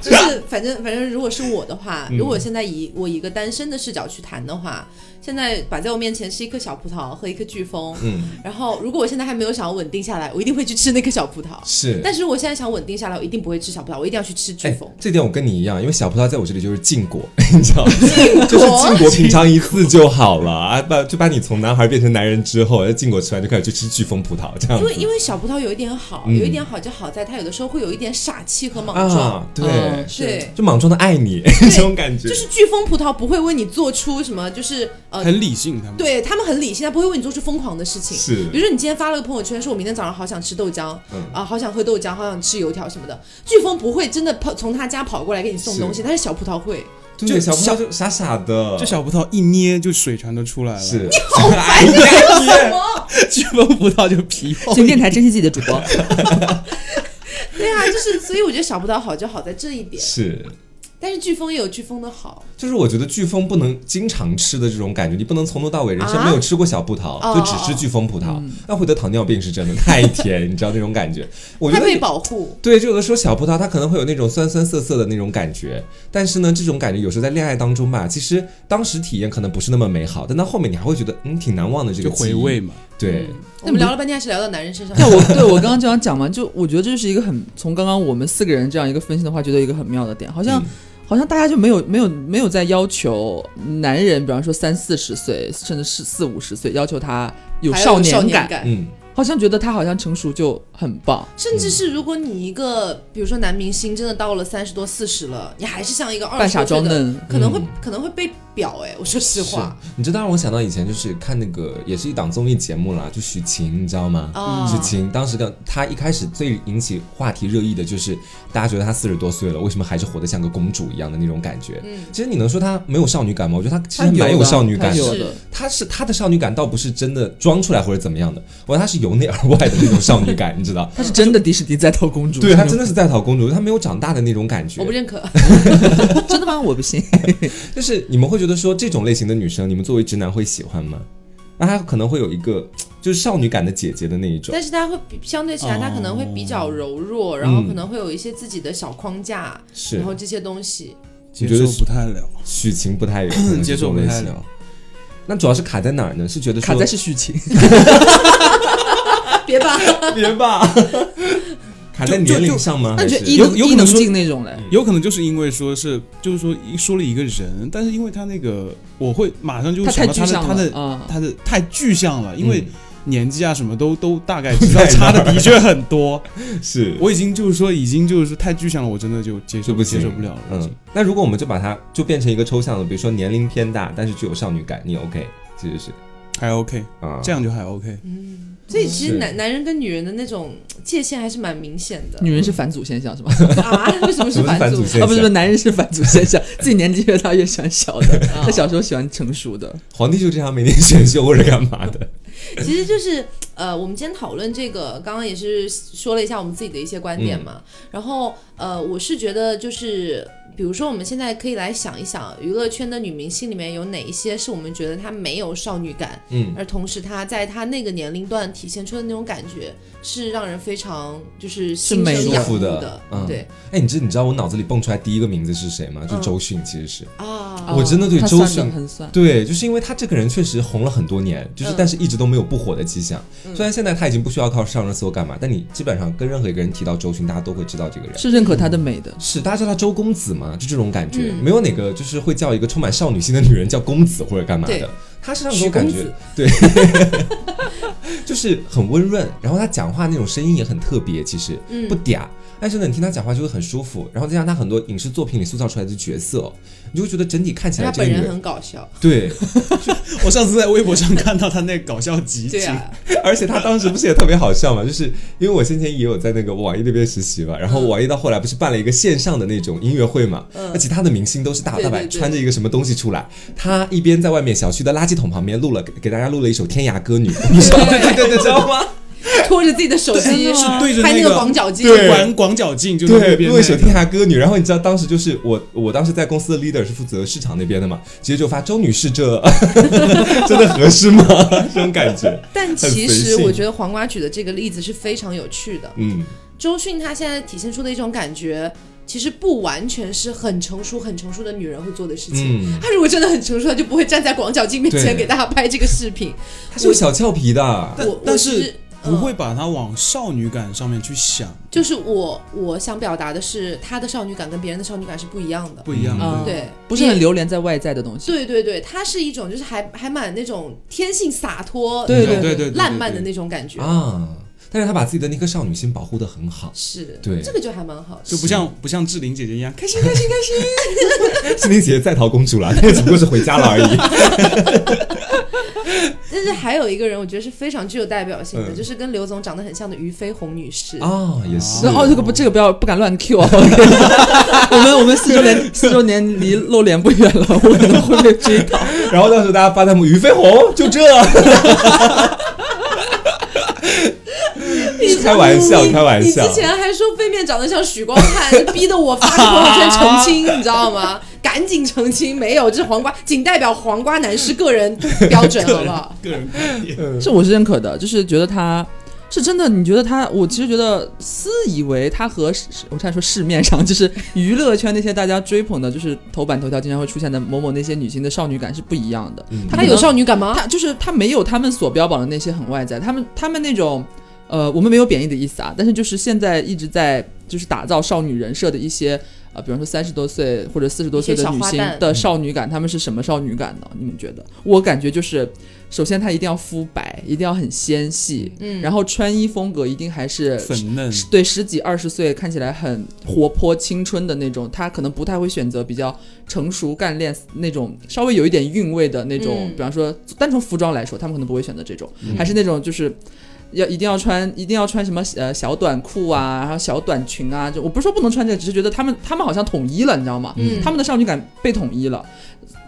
[SPEAKER 1] 就是反正反正，如果是我的话，
[SPEAKER 2] 嗯
[SPEAKER 1] 如果现在以我一个单身的视角去谈的话，现在摆在我面前是一颗小葡萄和一颗飓风。
[SPEAKER 2] 嗯，
[SPEAKER 1] 然后，如果我现在还没有想要稳定下来，我一定会去吃那颗小葡萄。
[SPEAKER 2] 是。
[SPEAKER 1] 但是我现在想稳定下来，我一定不会吃小葡萄，我一定要去吃飓
[SPEAKER 2] 哎
[SPEAKER 1] 风，。
[SPEAKER 2] 这点我跟你一样，因为小葡萄在我这里就是禁果， 你知道吗？就是禁果品尝一次就好了 啊，把就把你从男孩变成男人之后，哎禁果吃完就开始去吃飓风葡萄这样
[SPEAKER 1] 因
[SPEAKER 2] 子。
[SPEAKER 1] 为因为小葡萄有一点好，
[SPEAKER 2] 嗯
[SPEAKER 1] 有一点好就好在它有的时候会有一点傻气和莽撞，
[SPEAKER 2] 啊，对
[SPEAKER 3] 嗯，
[SPEAKER 1] 对。
[SPEAKER 2] 就莽撞的爱你 这种感觉
[SPEAKER 1] 就。是飓风葡萄不会为你做出什么，就是呃，
[SPEAKER 4] 很理性，他们
[SPEAKER 1] 对他们很理性，他不会为你做出疯狂的事情。
[SPEAKER 2] 是
[SPEAKER 1] 比如说你今天发了个朋友圈，说我明天早上好想吃豆浆，啊、
[SPEAKER 2] 嗯
[SPEAKER 1] 好想喝豆浆，好想吃油条什么的。飓风不会真的跑从他家跑过来给你送
[SPEAKER 2] 是
[SPEAKER 1] 东西，但是小葡萄会。
[SPEAKER 2] 对，
[SPEAKER 4] 就
[SPEAKER 2] 小葡萄
[SPEAKER 4] 小
[SPEAKER 2] 就傻傻的，
[SPEAKER 4] 这小葡萄一捏就水全都出来了，
[SPEAKER 2] 是 哎
[SPEAKER 1] 好烦，你在说什么？
[SPEAKER 4] 飓风葡萄就皮厚。
[SPEAKER 3] 请电台珍惜自己的主播。
[SPEAKER 1] 对啊，就是所以我觉得小葡萄好就好在这一点。
[SPEAKER 2] 是，
[SPEAKER 1] 但是飓风也有飓风的好，
[SPEAKER 2] 就是我觉得飓风不能经常吃的这种感觉，你不能从头到尾人生没有吃过小葡萄，
[SPEAKER 1] 啊
[SPEAKER 2] 就只吃飓风葡萄，那会得糖尿病是真的，太甜，你知道那种感觉。我觉
[SPEAKER 1] 它
[SPEAKER 2] 得
[SPEAKER 1] 被保护。
[SPEAKER 2] 对，就有的时候小葡萄它可能会有那种酸酸涩涩的那种感觉，但是呢，这种感觉有时候在恋爱当中吧，其实当时体验可能不是那么美好，但到后面你还会觉得嗯挺难忘的这个
[SPEAKER 4] 就
[SPEAKER 2] 记忆
[SPEAKER 4] 回味。嘛。
[SPEAKER 2] 对，
[SPEAKER 1] 我们聊了半天还是聊到男人身上，
[SPEAKER 3] 那我 对我刚刚这样讲嘛，就我觉得这是一个很从刚刚我们四个人这样一个分析的话，觉得一个很妙的点，好像、
[SPEAKER 2] 嗯
[SPEAKER 3] 好像大家就没有没有没有在要求男人，比方说三四十岁，甚至是四五十岁，要求他有
[SPEAKER 1] 还有
[SPEAKER 3] 少
[SPEAKER 1] 年
[SPEAKER 3] 年
[SPEAKER 1] 感。
[SPEAKER 2] 嗯，
[SPEAKER 3] 好像觉得他好像成熟就很棒。
[SPEAKER 1] 甚至是如果你一个，比如说男明星真的到了三十多、四十了，你还是像一个二
[SPEAKER 3] 扮
[SPEAKER 1] 十
[SPEAKER 3] 傻
[SPEAKER 1] 多岁
[SPEAKER 3] 装
[SPEAKER 1] 的，
[SPEAKER 3] 嫩，
[SPEAKER 1] 可能会、
[SPEAKER 2] 嗯
[SPEAKER 1] 可能会被表哎、我说实话
[SPEAKER 2] 是，你知道让我想到以前就是看那个也是一档综艺节目啦，就许晴，你知道吗？
[SPEAKER 1] 啊，
[SPEAKER 2] 许晴当时的她一开始最引起话题热议的就是大家觉得她四十多岁了，为什么还是活得像个公主一样的那种感觉？
[SPEAKER 1] 嗯，
[SPEAKER 2] 其实你能说她没有少女感吗？我觉得她其实
[SPEAKER 3] 他
[SPEAKER 2] 蛮
[SPEAKER 3] 有的
[SPEAKER 2] 少女
[SPEAKER 3] 他
[SPEAKER 2] 感的
[SPEAKER 3] 有
[SPEAKER 1] 是
[SPEAKER 3] 的。
[SPEAKER 2] 她是她的少女感倒不是真的装出来或者怎么样的，我觉得她是由内而外的那种少女感，你知道？
[SPEAKER 3] 她是真的迪士尼在套公 主，
[SPEAKER 2] 对
[SPEAKER 4] 啊
[SPEAKER 2] 她真的是在逃公主，她没有长大的那种感觉
[SPEAKER 1] 我不。认可，
[SPEAKER 3] 真的吗？我不信。
[SPEAKER 2] 就是你们会觉得说这种类型的女生，你们作为直男会喜欢吗？那她可能会有一个就是少女感的姐姐的那一种。
[SPEAKER 1] 但是他会比相对起来，他可能会比较柔弱，然后可能会有一些自己的小框架，
[SPEAKER 2] 是
[SPEAKER 1] 然后这些东西，
[SPEAKER 2] 你觉
[SPEAKER 4] 接
[SPEAKER 2] 得
[SPEAKER 4] 受不太了，
[SPEAKER 2] 许晴不太 有可能
[SPEAKER 4] 接受不太了
[SPEAKER 2] 这种类型。那主要是卡在哪儿呢？是觉得说
[SPEAKER 3] 卡在是续情，
[SPEAKER 1] 啊别吧，
[SPEAKER 2] 别吧， 卡在年龄上吗？
[SPEAKER 3] 那
[SPEAKER 2] 还
[SPEAKER 3] 你觉
[SPEAKER 2] 是
[SPEAKER 3] 得伊
[SPEAKER 4] 有
[SPEAKER 3] 能
[SPEAKER 4] 有可
[SPEAKER 3] 伊
[SPEAKER 4] 能
[SPEAKER 3] 能
[SPEAKER 4] 说
[SPEAKER 3] 静那种嘞？
[SPEAKER 4] 有可能就是因为说是，就是说一说了一个人，但是因为他那个，我会马上就
[SPEAKER 3] 她太
[SPEAKER 4] 想到
[SPEAKER 3] 具
[SPEAKER 4] 他的
[SPEAKER 3] 象
[SPEAKER 4] 他的
[SPEAKER 3] 了啊！
[SPEAKER 4] 他的太具象了，因为
[SPEAKER 2] 嗯
[SPEAKER 4] 年纪啊什么都都大概知道，差的的确很多。
[SPEAKER 2] 嗯是
[SPEAKER 4] 我已经就是说，已经就是说太具象了，我真的就接
[SPEAKER 2] 就
[SPEAKER 4] 受
[SPEAKER 2] 不行
[SPEAKER 4] 接受不了了。
[SPEAKER 2] 嗯，那如果我们就把它就变成一个抽象的，比如说年龄偏大，但是具有少女感，你 OK，其实是
[SPEAKER 4] 还 OK，
[SPEAKER 2] 啊，
[SPEAKER 4] 这样就还 OK。
[SPEAKER 1] 嗯，所以其实
[SPEAKER 2] 是
[SPEAKER 1] 男男人跟女人的那种界限还是蛮明显的
[SPEAKER 3] 女人是反祖现象是吧？
[SPEAKER 1] 啊，为什么
[SPEAKER 2] 什么是
[SPEAKER 1] 是反
[SPEAKER 2] 反
[SPEAKER 1] 祖
[SPEAKER 2] 祖？现
[SPEAKER 3] 啊，不是不是，
[SPEAKER 2] 象？
[SPEAKER 3] 男人是反祖现 象，自己年纪越大越喜欢小的，他小时候喜欢成熟的。
[SPEAKER 2] 皇帝就这样每年选秀或者干嘛的？
[SPEAKER 1] 其实就是呃，我们今天讨论这个，刚刚也是说了一下我们自己的一些观点嘛。然后呃，我是觉得就是，比如说我们现在可以来想一想，娱乐圈的女明星里面有哪一些是我们觉得她没有少女感，
[SPEAKER 2] 嗯，
[SPEAKER 1] 而同时她在她那个年龄段体现出的那种感觉，是让人非常就是心
[SPEAKER 3] 美
[SPEAKER 1] 生
[SPEAKER 3] 的
[SPEAKER 1] 仰慕
[SPEAKER 2] 的嗯
[SPEAKER 1] 对
[SPEAKER 2] 哎，你知你知道我脑子里蹦出来第一个名字是谁吗？就
[SPEAKER 1] 嗯
[SPEAKER 2] 周迅，其实是。
[SPEAKER 1] 啊，
[SPEAKER 2] 我真的对
[SPEAKER 3] 他
[SPEAKER 2] 周
[SPEAKER 3] 算
[SPEAKER 2] 迅
[SPEAKER 3] 的很算。
[SPEAKER 2] 对，就是因为她这个人确实红了很多年，就是
[SPEAKER 1] 嗯
[SPEAKER 2] 但是一直都没有不火的迹象。
[SPEAKER 1] 嗯
[SPEAKER 2] 虽然现在她已经不需要靠上热搜干嘛，但你基本上跟任何一个人提到周迅，大家都会知道这个人。
[SPEAKER 3] 是认可她的美的，
[SPEAKER 2] 是，大家叫她周公子嘛，就这种感觉，
[SPEAKER 1] 嗯
[SPEAKER 2] 没有哪个就是会叫一个充满少女心的女人叫公子或者干嘛
[SPEAKER 1] 对
[SPEAKER 2] 的。她身上给
[SPEAKER 1] 许
[SPEAKER 2] 我感
[SPEAKER 1] 公
[SPEAKER 2] 觉
[SPEAKER 1] 子，
[SPEAKER 2] 对， 就是很温润，然后她讲话那种声音也很特别，其实
[SPEAKER 1] 嗯
[SPEAKER 2] 不嗲，但是呢，你听她讲话就会很舒服，然后再加上她很多影视作品里塑造出来的角色，你就会觉得整体看起来
[SPEAKER 1] 她
[SPEAKER 2] 这个
[SPEAKER 1] 本
[SPEAKER 2] 女
[SPEAKER 1] 人
[SPEAKER 2] 人
[SPEAKER 1] 很搞笑，
[SPEAKER 2] 对，
[SPEAKER 4] 我上次在微博上看到他那搞笑集
[SPEAKER 1] 对
[SPEAKER 4] 锦，
[SPEAKER 1] 啊，
[SPEAKER 2] 而且他当时不是也特别好笑嘛？就是因为我先前也有在那个网易那边实习嘛，然后网易到后来不是办了一个线上的那种音乐会嘛，
[SPEAKER 1] 嗯
[SPEAKER 2] 那其他的明星都是大摇大摆
[SPEAKER 1] 对对对
[SPEAKER 2] 穿着一个什么东西出来，他一边在外面小区的垃圾桶旁边录了给给大家录了一首《天涯歌女》，你知道对对对，你知道吗？
[SPEAKER 1] 拖着自己的 手机，
[SPEAKER 4] 是对着
[SPEAKER 1] 拍
[SPEAKER 4] 那
[SPEAKER 1] 那
[SPEAKER 4] 个
[SPEAKER 1] 个广角镜，
[SPEAKER 2] 对
[SPEAKER 4] 广广角镜就那
[SPEAKER 2] 对，
[SPEAKER 4] 边
[SPEAKER 2] 录了一首《
[SPEAKER 4] 那
[SPEAKER 2] 天
[SPEAKER 4] 个
[SPEAKER 2] 涯歌女》，然后你知道当时就是我我当时在公司的 leader 是负责市场那边的嘛，直接就发周女士这真的合适吗？这种感觉，
[SPEAKER 1] 但其
[SPEAKER 2] 很随
[SPEAKER 1] 实
[SPEAKER 2] 性
[SPEAKER 1] 我觉得黄瓜举的这个例子是非常有趣的。
[SPEAKER 2] 嗯，
[SPEAKER 1] 周迅她现在体现出的一种感觉，其实不完全是很成熟、很成熟的女人会做的事情。
[SPEAKER 2] 嗯
[SPEAKER 1] 她如果真的很成熟，她就不会站在广角镜面前
[SPEAKER 2] 对
[SPEAKER 1] 给大家拍这个视频。
[SPEAKER 2] 她是有小俏皮的，
[SPEAKER 4] 但
[SPEAKER 1] 我
[SPEAKER 4] 但
[SPEAKER 1] 我
[SPEAKER 4] 是
[SPEAKER 1] 是
[SPEAKER 4] 不、
[SPEAKER 1] 嗯
[SPEAKER 4] 会把它往少女感上面去想，
[SPEAKER 1] 就是我我想表达的是，她的少女感跟别人的少女感是不一样的。
[SPEAKER 4] 不一样
[SPEAKER 3] 嗯
[SPEAKER 4] 的。
[SPEAKER 1] 对，
[SPEAKER 3] 不是很流连在外在的东西。
[SPEAKER 1] 对对对，她是一种就是还还蛮那种天性洒脱、
[SPEAKER 3] 对
[SPEAKER 1] 那种
[SPEAKER 4] 对对对对
[SPEAKER 1] 烂漫的那种感觉。，
[SPEAKER 2] 啊，但是他把自己的那颗少女心保护的很好
[SPEAKER 1] 是，
[SPEAKER 2] 对
[SPEAKER 1] 这个就还蛮好的。
[SPEAKER 4] 就不像不像志玲姐姐一样，开心
[SPEAKER 2] 志玲姐姐在逃公主了， 但只不过是回家了而
[SPEAKER 3] 啊
[SPEAKER 2] 已。
[SPEAKER 1] 但是还有一个人，我觉得是非常具有代表性的，
[SPEAKER 2] 嗯
[SPEAKER 1] 就是跟刘总长得很像的俞飞鸿女士。
[SPEAKER 2] 啊，也是
[SPEAKER 3] 然后哦，这个不，这个不要不敢乱 Q 啊！ 我们我们四周年四周年离露脸不远了，我可能会被追到。
[SPEAKER 2] 然后当时大家发弹幕， 俞飞鸿就这，
[SPEAKER 1] 你
[SPEAKER 2] 开玩笑
[SPEAKER 1] 你
[SPEAKER 2] 开玩笑
[SPEAKER 1] 你之前还说背面长得像许光汉，逼得我发个朋友圈澄清，你知道 吗？赶紧澄清，没有，这是黄瓜，仅代表黄瓜男士个人标准，好 不好？
[SPEAKER 4] 个人
[SPEAKER 2] 嗯
[SPEAKER 3] 这我是认可的，就是觉得他是真的。你觉得他，我其实觉得私以为他和市我差点说市面上就是娱乐圈那些大家追捧的，就是头版头条经常会出现的某某那些女星的少女感是不一样的。
[SPEAKER 2] 嗯
[SPEAKER 3] 他
[SPEAKER 1] 他
[SPEAKER 3] 可
[SPEAKER 1] 有
[SPEAKER 3] 能
[SPEAKER 1] 少女感吗？
[SPEAKER 3] 他就是他没有他们所标榜的那些很外在，他们他们那种，呃，我们没有贬义的意思啊，但是就是现在一直在就是打造少女人设的一些，呃，比方说三十多岁或者四十多岁
[SPEAKER 1] 一
[SPEAKER 3] 的
[SPEAKER 1] 些小
[SPEAKER 3] 女
[SPEAKER 1] 花
[SPEAKER 3] 性
[SPEAKER 1] 旦
[SPEAKER 3] 的少女感，她们是什么少女感呢？你们觉得？我感觉就是，首先她一定要肤白，一定要很纤细，
[SPEAKER 1] 嗯
[SPEAKER 3] 然后穿衣风格一定还是
[SPEAKER 4] 粉嫩，
[SPEAKER 3] 对十几二十岁看起来很活泼青春的那种，他可能不太会选择比较成熟干练那种稍微有一点韵味的那种，
[SPEAKER 1] 嗯
[SPEAKER 3] 比方说单从服装来说，他们可能不会选择这种，还是那种就是。要一定要穿，一定要穿什么呃小短裤啊，然后小短裙啊，就我不是说不能穿这个，只是觉得他们他们好像统一了，你知道吗？
[SPEAKER 1] 嗯
[SPEAKER 3] 他们的少女感被统一了。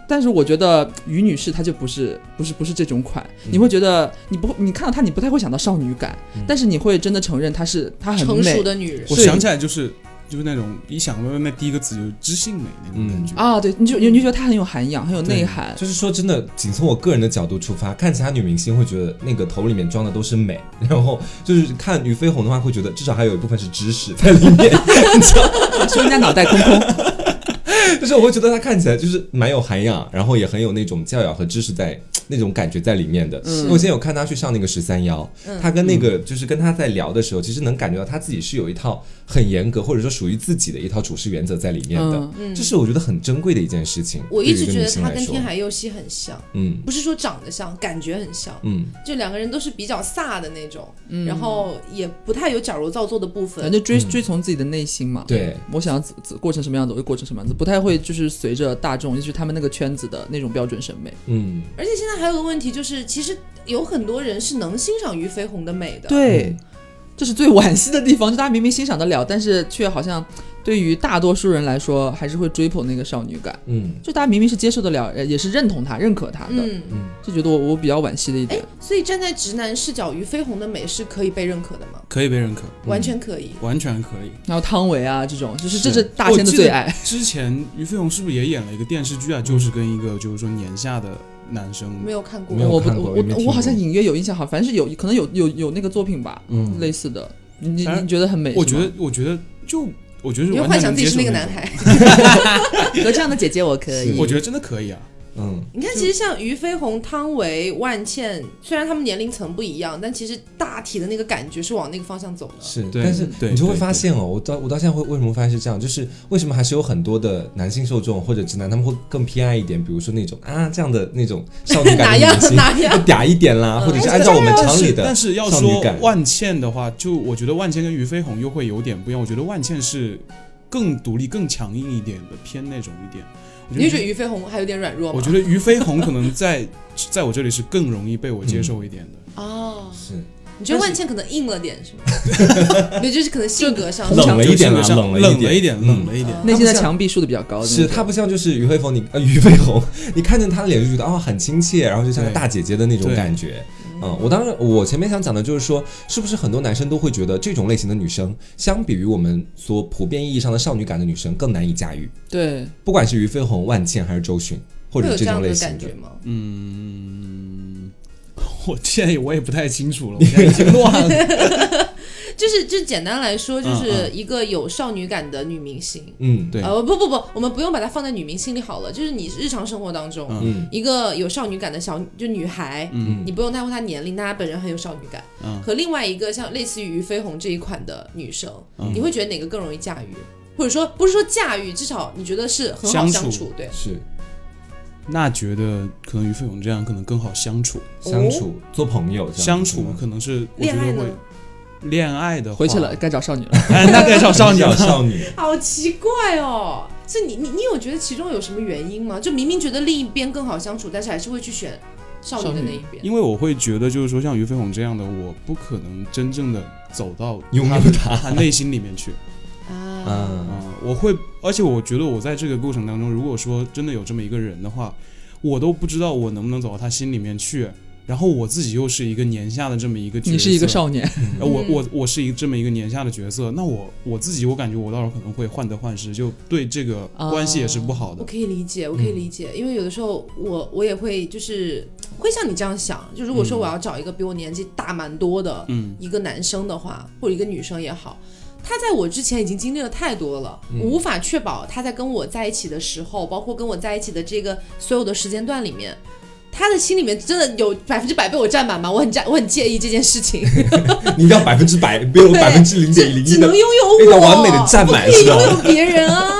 [SPEAKER 3] 但是我觉得于女士她就不是不是不是这种款，
[SPEAKER 4] 嗯
[SPEAKER 3] 你会觉得你不你看到她你不太会想到少女感，但是你会真的承认她是她很
[SPEAKER 1] 成
[SPEAKER 3] 美
[SPEAKER 1] 熟的女人
[SPEAKER 4] 我
[SPEAKER 3] 是
[SPEAKER 4] 想起来就是就是那种一想到那第一个词就是知性美那种感
[SPEAKER 1] 嗯
[SPEAKER 4] 觉。
[SPEAKER 3] 啊，对，你就你就觉得她很有涵养，很有内涵，
[SPEAKER 2] 就是说真的，仅从我个人的角度出发，看其他女明星会觉得那个头里面装的都是美，然后就是看俞飞鸿的话，会觉得至少还有一部分是知识在里面。
[SPEAKER 3] 说人家脑袋空 空。
[SPEAKER 2] 就是我会觉得她看起来就是蛮有涵养，然后也很有那种教养和知识在那种感觉在里面
[SPEAKER 1] 嗯
[SPEAKER 2] 的。因为我之前有看她去上那个十三幺，她跟那个就是跟她在聊的时候，其实能感觉到她自己是有一套很严格或者说属于自己的一套处事原则在里面的
[SPEAKER 3] 嗯。
[SPEAKER 2] 这是我觉得很珍贵的一件事情。
[SPEAKER 1] 我一直
[SPEAKER 2] 对于一
[SPEAKER 1] 觉得
[SPEAKER 2] 个女性
[SPEAKER 1] 他
[SPEAKER 2] 来
[SPEAKER 1] 跟
[SPEAKER 2] 说
[SPEAKER 1] 天，海佑希很像，
[SPEAKER 2] 嗯
[SPEAKER 1] 不是说长得像，感觉很像。
[SPEAKER 2] 嗯，
[SPEAKER 1] 就两个人都是比较飒的那种，然后也不太有矫揉造作的部
[SPEAKER 3] 反
[SPEAKER 1] 分。
[SPEAKER 3] 正追
[SPEAKER 4] 嗯
[SPEAKER 3] 追从自己的内心嘛。
[SPEAKER 2] 对，
[SPEAKER 3] 我想要自自过成什么样子，我就过成什么样子，不太会就是随着大众，就是他们那个圈子的那种标准审美。
[SPEAKER 2] 嗯，
[SPEAKER 1] 而且现在还有个问题就是，其实有很多人是能欣赏俞飞鸿的美的，
[SPEAKER 3] 对，这是最惋惜的地方，就大家明明欣赏得了，但是却好像对于大多数人来说，还是会追捧那个少女感。
[SPEAKER 2] 嗯。
[SPEAKER 3] 就大家明明是接受得了，呃也是认同她、认可她的，
[SPEAKER 1] 嗯，
[SPEAKER 3] 就觉得我我比较惋惜的一
[SPEAKER 1] 哎
[SPEAKER 3] 点。，
[SPEAKER 1] 所以站在直男视角，俞飞鸿的美是可以被认可的吗？
[SPEAKER 4] 可以被认可，
[SPEAKER 1] 完全可以。
[SPEAKER 4] 完全可以。
[SPEAKER 3] 然后汤唯啊这种，就是这
[SPEAKER 4] 是
[SPEAKER 3] 是大千的最爱。
[SPEAKER 4] 之前俞飞鸿是不是也演了一个电视剧啊？就是跟一个就是说年下的男生
[SPEAKER 1] 没有看过
[SPEAKER 2] 没，有
[SPEAKER 3] 我不
[SPEAKER 2] 看过
[SPEAKER 3] 我
[SPEAKER 2] 也没
[SPEAKER 3] 我
[SPEAKER 2] 听
[SPEAKER 3] 我好像
[SPEAKER 2] 过
[SPEAKER 3] 隐约有印象，好，反正是有可能有有有那个作品吧，
[SPEAKER 2] 嗯
[SPEAKER 3] 类似的。你你
[SPEAKER 4] 反正
[SPEAKER 3] 你觉得很美？
[SPEAKER 4] 我觉
[SPEAKER 3] 是
[SPEAKER 4] 得，我觉得就我觉得
[SPEAKER 1] 你会
[SPEAKER 4] 是完
[SPEAKER 1] 幻
[SPEAKER 4] 全
[SPEAKER 1] 想
[SPEAKER 4] 能
[SPEAKER 1] 自己
[SPEAKER 4] 接
[SPEAKER 1] 是
[SPEAKER 4] 受
[SPEAKER 1] 那个
[SPEAKER 4] 种
[SPEAKER 1] 男。孩。
[SPEAKER 3] 吗有这样的姐姐我可
[SPEAKER 2] 是
[SPEAKER 4] 我觉得真的可以啊，
[SPEAKER 2] 嗯，
[SPEAKER 1] 你看，其实像俞飞鸿、汤唯、万茜，虽然他们年龄层不一样，但其实大体的那个感觉是往那个方向走的。
[SPEAKER 2] 是，
[SPEAKER 4] 啊对
[SPEAKER 2] 但是
[SPEAKER 4] 对
[SPEAKER 2] 你就会
[SPEAKER 4] 对
[SPEAKER 2] 发
[SPEAKER 4] 对
[SPEAKER 2] 现哦，我到我到现在会为什么发现是这样，就是为什么还是有很多的男性受众或者直男，他们会更偏爱一点，比如说那种啊这样的那种少女
[SPEAKER 1] 哪
[SPEAKER 2] 感的
[SPEAKER 1] 样
[SPEAKER 2] 明星，
[SPEAKER 1] 哪样
[SPEAKER 2] 就 嗲一点啦，或者是按照我们常理的，
[SPEAKER 4] 但是要
[SPEAKER 2] 少
[SPEAKER 4] 说
[SPEAKER 2] 女感
[SPEAKER 4] 万茜的话，就我觉得万茜跟俞飞鸿又会有点不一样。我觉得万茜是更独立、更强硬一点的，偏那种一点。我
[SPEAKER 1] 你会觉
[SPEAKER 4] 觉得
[SPEAKER 1] 得俞飞鸿还有点软弱吗？
[SPEAKER 4] 我觉得俞飞鸿啊可能在在我这里是更容易被我接受一点的。
[SPEAKER 1] 哦，
[SPEAKER 2] 是
[SPEAKER 1] 你觉得万茜可能硬了点是吗？没有，就是可能性格上
[SPEAKER 2] 冷了一点啦
[SPEAKER 4] 就性格
[SPEAKER 2] 冷
[SPEAKER 4] 上
[SPEAKER 2] 了一
[SPEAKER 4] 冷
[SPEAKER 2] 点
[SPEAKER 4] 了一点，
[SPEAKER 2] 嗯
[SPEAKER 4] 冷了一点。
[SPEAKER 3] 内心
[SPEAKER 2] 他不
[SPEAKER 3] 的
[SPEAKER 2] 像
[SPEAKER 3] 墙壁竖的比较高的那
[SPEAKER 2] 是，
[SPEAKER 3] 种。
[SPEAKER 2] 她不像就是俞飞鸿，你呃俞飞鸿，你看见她的脸就觉得哦很亲切，然后就像个
[SPEAKER 4] 对
[SPEAKER 2] 大姐姐的那种
[SPEAKER 4] 对
[SPEAKER 2] 感觉。嗯，我当然，我前面想讲的就是说，是不是很多男生都会觉得这种类型的女生，相比于我们所普遍意义上的少女感的女生，更难以驾驭？
[SPEAKER 3] 对，
[SPEAKER 2] 不管是俞飞鸿、万茜还是周迅，或
[SPEAKER 1] 会
[SPEAKER 2] 者
[SPEAKER 1] 有这
[SPEAKER 2] 种
[SPEAKER 1] 样
[SPEAKER 2] 类
[SPEAKER 1] 的
[SPEAKER 2] 型
[SPEAKER 1] 感觉吗？
[SPEAKER 4] 我现在我也不太清 楚了，我现在已经乱了。
[SPEAKER 1] 就是，就简单来说，就
[SPEAKER 4] 嗯
[SPEAKER 1] 是一个有少女感的女明星。
[SPEAKER 2] 嗯，
[SPEAKER 4] 对
[SPEAKER 1] 呃，不不不，我们不用把它放在女明星里好了，就是你日常生活当中，
[SPEAKER 4] 嗯
[SPEAKER 2] 嗯
[SPEAKER 1] 一个有少女感的小就女孩，
[SPEAKER 4] 嗯
[SPEAKER 1] 你不用在乎她年龄，但她本人很有少女感。
[SPEAKER 4] 嗯，
[SPEAKER 1] 和另外一个像类似于俞飞鸿这一款的女生，
[SPEAKER 4] 嗯
[SPEAKER 1] 你会觉得哪个更容易驾驭？或者说不是说驾驭，至少你觉得是很好
[SPEAKER 4] 相
[SPEAKER 1] 相
[SPEAKER 4] 处
[SPEAKER 1] 处，对，
[SPEAKER 2] 是
[SPEAKER 4] 那觉得可能俞飞鸿这样可能更好相处，
[SPEAKER 1] 哦
[SPEAKER 2] 相处、做朋友这样子
[SPEAKER 4] 相处
[SPEAKER 2] 吗
[SPEAKER 4] 可能是我觉
[SPEAKER 1] 恋爱
[SPEAKER 4] 得
[SPEAKER 1] 呢
[SPEAKER 4] 会？恋爱的话
[SPEAKER 3] 回去了，，该找少女了。
[SPEAKER 4] 哎，那该找少女
[SPEAKER 2] 小
[SPEAKER 4] 了。
[SPEAKER 2] 哦少女，
[SPEAKER 1] 好奇怪哦！是你你你有觉得其中有什么原因吗？就明明觉得另一边更好相处，但是还是会去选少女的那一边。
[SPEAKER 4] 因为我会觉得，就是说像俞飞鸿这样的，我不可能真正的走到
[SPEAKER 2] 拥有
[SPEAKER 4] 他他内心里 面去
[SPEAKER 1] 啊，
[SPEAKER 4] 啊、
[SPEAKER 2] 嗯，
[SPEAKER 4] 我会，而且我觉得我在这个过程当中，如果说真的有这么一个人的话，我都不知道我能不能走到他心里面去，然后我自己又是一个年下的这么一个角色，
[SPEAKER 3] 你是一个少年，
[SPEAKER 4] 呃，我我我是一个这么一个年下的角色，那我我自己我感觉我到时候可能会患得患失，就对这个
[SPEAKER 3] 哦
[SPEAKER 4] 关系也是不好的
[SPEAKER 1] 我。可以理解，我可以理解，因为有的时候我我也会就是会像你这样想，就如果说我要找一个比我年纪大蛮多的
[SPEAKER 4] 嗯
[SPEAKER 1] 一个男生的话，或者一个女生也好，他在我之前已经经历了太多了，我无法确保他在跟我在一起的时候，包括跟我在一起的这个所有的时间段里面。他的心里面真的有百分之百被我占满吗？我很占，我很介意这件事情。
[SPEAKER 2] 你要百分之 百，没有百分之零点零
[SPEAKER 1] 只
[SPEAKER 2] 一
[SPEAKER 1] 能
[SPEAKER 2] 的
[SPEAKER 1] 拥有
[SPEAKER 2] 非
[SPEAKER 1] 我，
[SPEAKER 2] 常完美的占满
[SPEAKER 1] 我可以
[SPEAKER 2] 是吧
[SPEAKER 1] 拥有别人啊。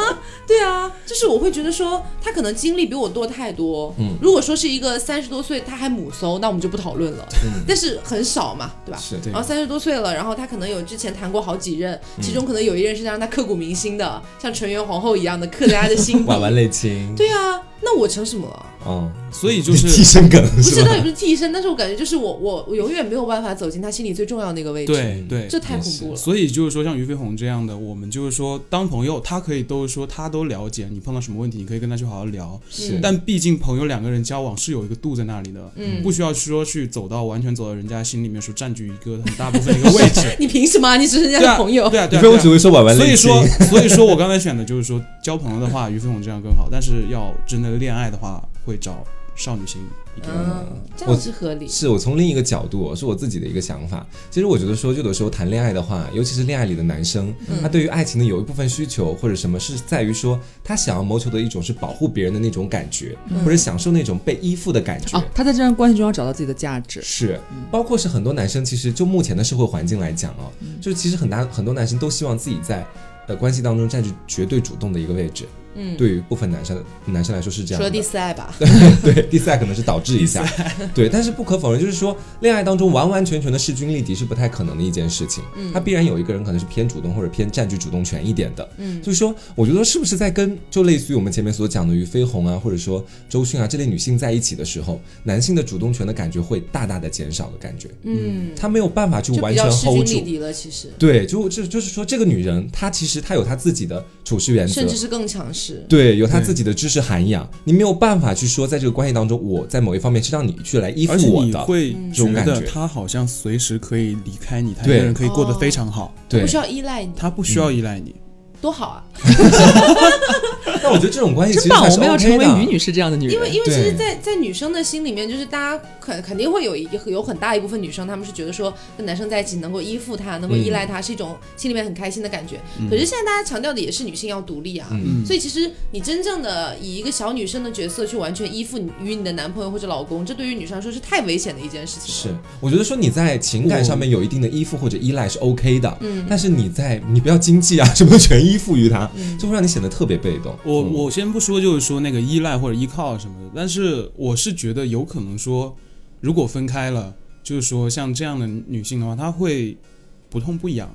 [SPEAKER 1] 对啊，就是我会觉得说他可能经历比我多太多。嗯，如果说是一个三十多岁他还母搜，那我们就不讨论了。但是很少嘛，对吧？
[SPEAKER 2] 是
[SPEAKER 4] 对
[SPEAKER 1] 然后三十多岁了，然后他可能有之前谈过好几任，其中可能有一任是让他刻骨铭心的，像纯元皇后一样的刻在他 的心底
[SPEAKER 2] 婉。婉泪清，
[SPEAKER 1] 对啊，那我成什么了？
[SPEAKER 2] 嗯，
[SPEAKER 4] 所以就
[SPEAKER 2] 替
[SPEAKER 4] 是
[SPEAKER 2] 身梗
[SPEAKER 1] 不
[SPEAKER 2] 是
[SPEAKER 1] 知道也
[SPEAKER 2] 吧？
[SPEAKER 1] 不是替身，但是我感觉就是我我我永远没有办法走进他心里最重要的那个位置。，
[SPEAKER 4] 对对，
[SPEAKER 1] 这太恐怖了。
[SPEAKER 4] 所以就是说，像俞飞鸿这样的，我们就是说当朋友，他可以都说他都了解你碰到什么问题，你可以跟他去好好聊。
[SPEAKER 2] 是
[SPEAKER 4] 但毕竟朋友两个人交往是有一个度在那里的，
[SPEAKER 1] 嗯。
[SPEAKER 4] 不需要说去走到完全走到人家心里面说占据一个很大部分的一个位置
[SPEAKER 1] 你凭什么啊？你只是人家
[SPEAKER 4] 对啊，
[SPEAKER 1] 的朋友。
[SPEAKER 4] 对啊，
[SPEAKER 2] 你
[SPEAKER 4] 对啊，
[SPEAKER 2] 非
[SPEAKER 4] 对
[SPEAKER 2] 我
[SPEAKER 4] 啊
[SPEAKER 2] 只会说婉婉
[SPEAKER 4] 所
[SPEAKER 2] 泪
[SPEAKER 4] 以
[SPEAKER 2] 清，
[SPEAKER 4] 说， 所以说我刚才选的就是说，交朋友的话，俞飞鸿这样更好；但是要真的恋爱的话，会找少女心一点。
[SPEAKER 1] 嗯，这
[SPEAKER 2] 我
[SPEAKER 1] 样是合理。
[SPEAKER 2] 是我从另一个角度，是我自己的一个想法。其实我觉得说，就有时候谈恋爱的话，尤其是恋爱里的男生，
[SPEAKER 1] 嗯
[SPEAKER 2] 他对于爱情的有一部分需求或者什么，是在于说他想要谋求的一种是保护别人的那种感觉，
[SPEAKER 1] 嗯
[SPEAKER 2] 或者享受那种被依附的感觉。
[SPEAKER 1] 哦
[SPEAKER 3] 啊，他在这段关系中要找到自己的价值。
[SPEAKER 2] 是，包括是很多男生，其实就目前的社会环境来讲哦，
[SPEAKER 1] 嗯
[SPEAKER 2] 就是其实很大很多男生都希望自己在呃关系当中占据绝对主动的一个位置。
[SPEAKER 1] 嗯
[SPEAKER 2] 对于部分男生男生来说是这样
[SPEAKER 1] 除了
[SPEAKER 2] 的。
[SPEAKER 1] 第四爱吧，
[SPEAKER 2] 对，第四爱可能是导致一下， 对，但是不可否认，就是说恋爱当中完完全全的势均力敌是不太可能的一件事情，嗯，他必然有一个人可能是偏主动或者偏占据主动权一点的，嗯，就是说，我觉得是不是在跟就类似于我们前面所讲的俞飞鸿啊，或者说周迅啊这类女性在一起的时候，男性的主动权的感觉会大大的减少的感觉，
[SPEAKER 1] 嗯，
[SPEAKER 2] 他没有办法去
[SPEAKER 1] 就
[SPEAKER 2] 完
[SPEAKER 1] 比
[SPEAKER 2] 全
[SPEAKER 1] 较势
[SPEAKER 2] hold
[SPEAKER 1] 均力
[SPEAKER 2] 住。
[SPEAKER 1] 敌了，其实，
[SPEAKER 2] 对，就就就是说，这个女人她其实她有她自己的处事原则，
[SPEAKER 1] 甚至是更强势。
[SPEAKER 2] 对，有他
[SPEAKER 4] 对
[SPEAKER 2] 自己的知识涵养，你没有办法去说，在这个关系当中，我在某一方面是让你去来依
[SPEAKER 4] 而且
[SPEAKER 2] 附我
[SPEAKER 4] 你
[SPEAKER 2] 的，
[SPEAKER 4] 会
[SPEAKER 2] 这
[SPEAKER 4] 觉
[SPEAKER 2] 种感
[SPEAKER 4] 得
[SPEAKER 2] 觉
[SPEAKER 4] 他好像随时可以离开你，他一个
[SPEAKER 2] 对
[SPEAKER 4] 人可以过得
[SPEAKER 1] 哦
[SPEAKER 4] 非常好，
[SPEAKER 1] 我
[SPEAKER 2] 对
[SPEAKER 1] 不。需要依赖你，
[SPEAKER 4] 他不需要依赖你。
[SPEAKER 1] 多好啊！
[SPEAKER 2] 但我觉得这种关系哎其
[SPEAKER 3] 真
[SPEAKER 2] 实
[SPEAKER 3] 棒
[SPEAKER 2] 还，
[SPEAKER 3] 我
[SPEAKER 2] 是
[SPEAKER 3] 们要
[SPEAKER 2] OK
[SPEAKER 3] 成为
[SPEAKER 2] 的
[SPEAKER 3] 于女士这样的女人。
[SPEAKER 1] 因为因为其实
[SPEAKER 2] 对
[SPEAKER 1] 在，在女生的心里面，就是大家肯肯定会有一有很大一部分女生，她们是觉得说跟男生在一起能够依附他，能够依赖
[SPEAKER 2] 嗯
[SPEAKER 1] 他，是一种心里面很开心的感觉。可是现在大家强调的也是女性要独立啊，
[SPEAKER 2] 嗯
[SPEAKER 1] 所以其实你真正的以一个小女生的角色去完全依附你于你的男朋友或者老公，这对于女生来说是太危险的一件事情了。
[SPEAKER 2] 是，我觉得说你在情感上面有一定的依附或者依赖是 OK 的，嗯，但是你在你不要经济啊什么全依附于他，就会让你显得特别被动。
[SPEAKER 4] 我
[SPEAKER 2] 嗯
[SPEAKER 4] 我先不说，就是说那个依赖或者依靠什么的，但是我是觉得有可能说，如果分开了，就是说像这样的女性的话，她会不痛不痒。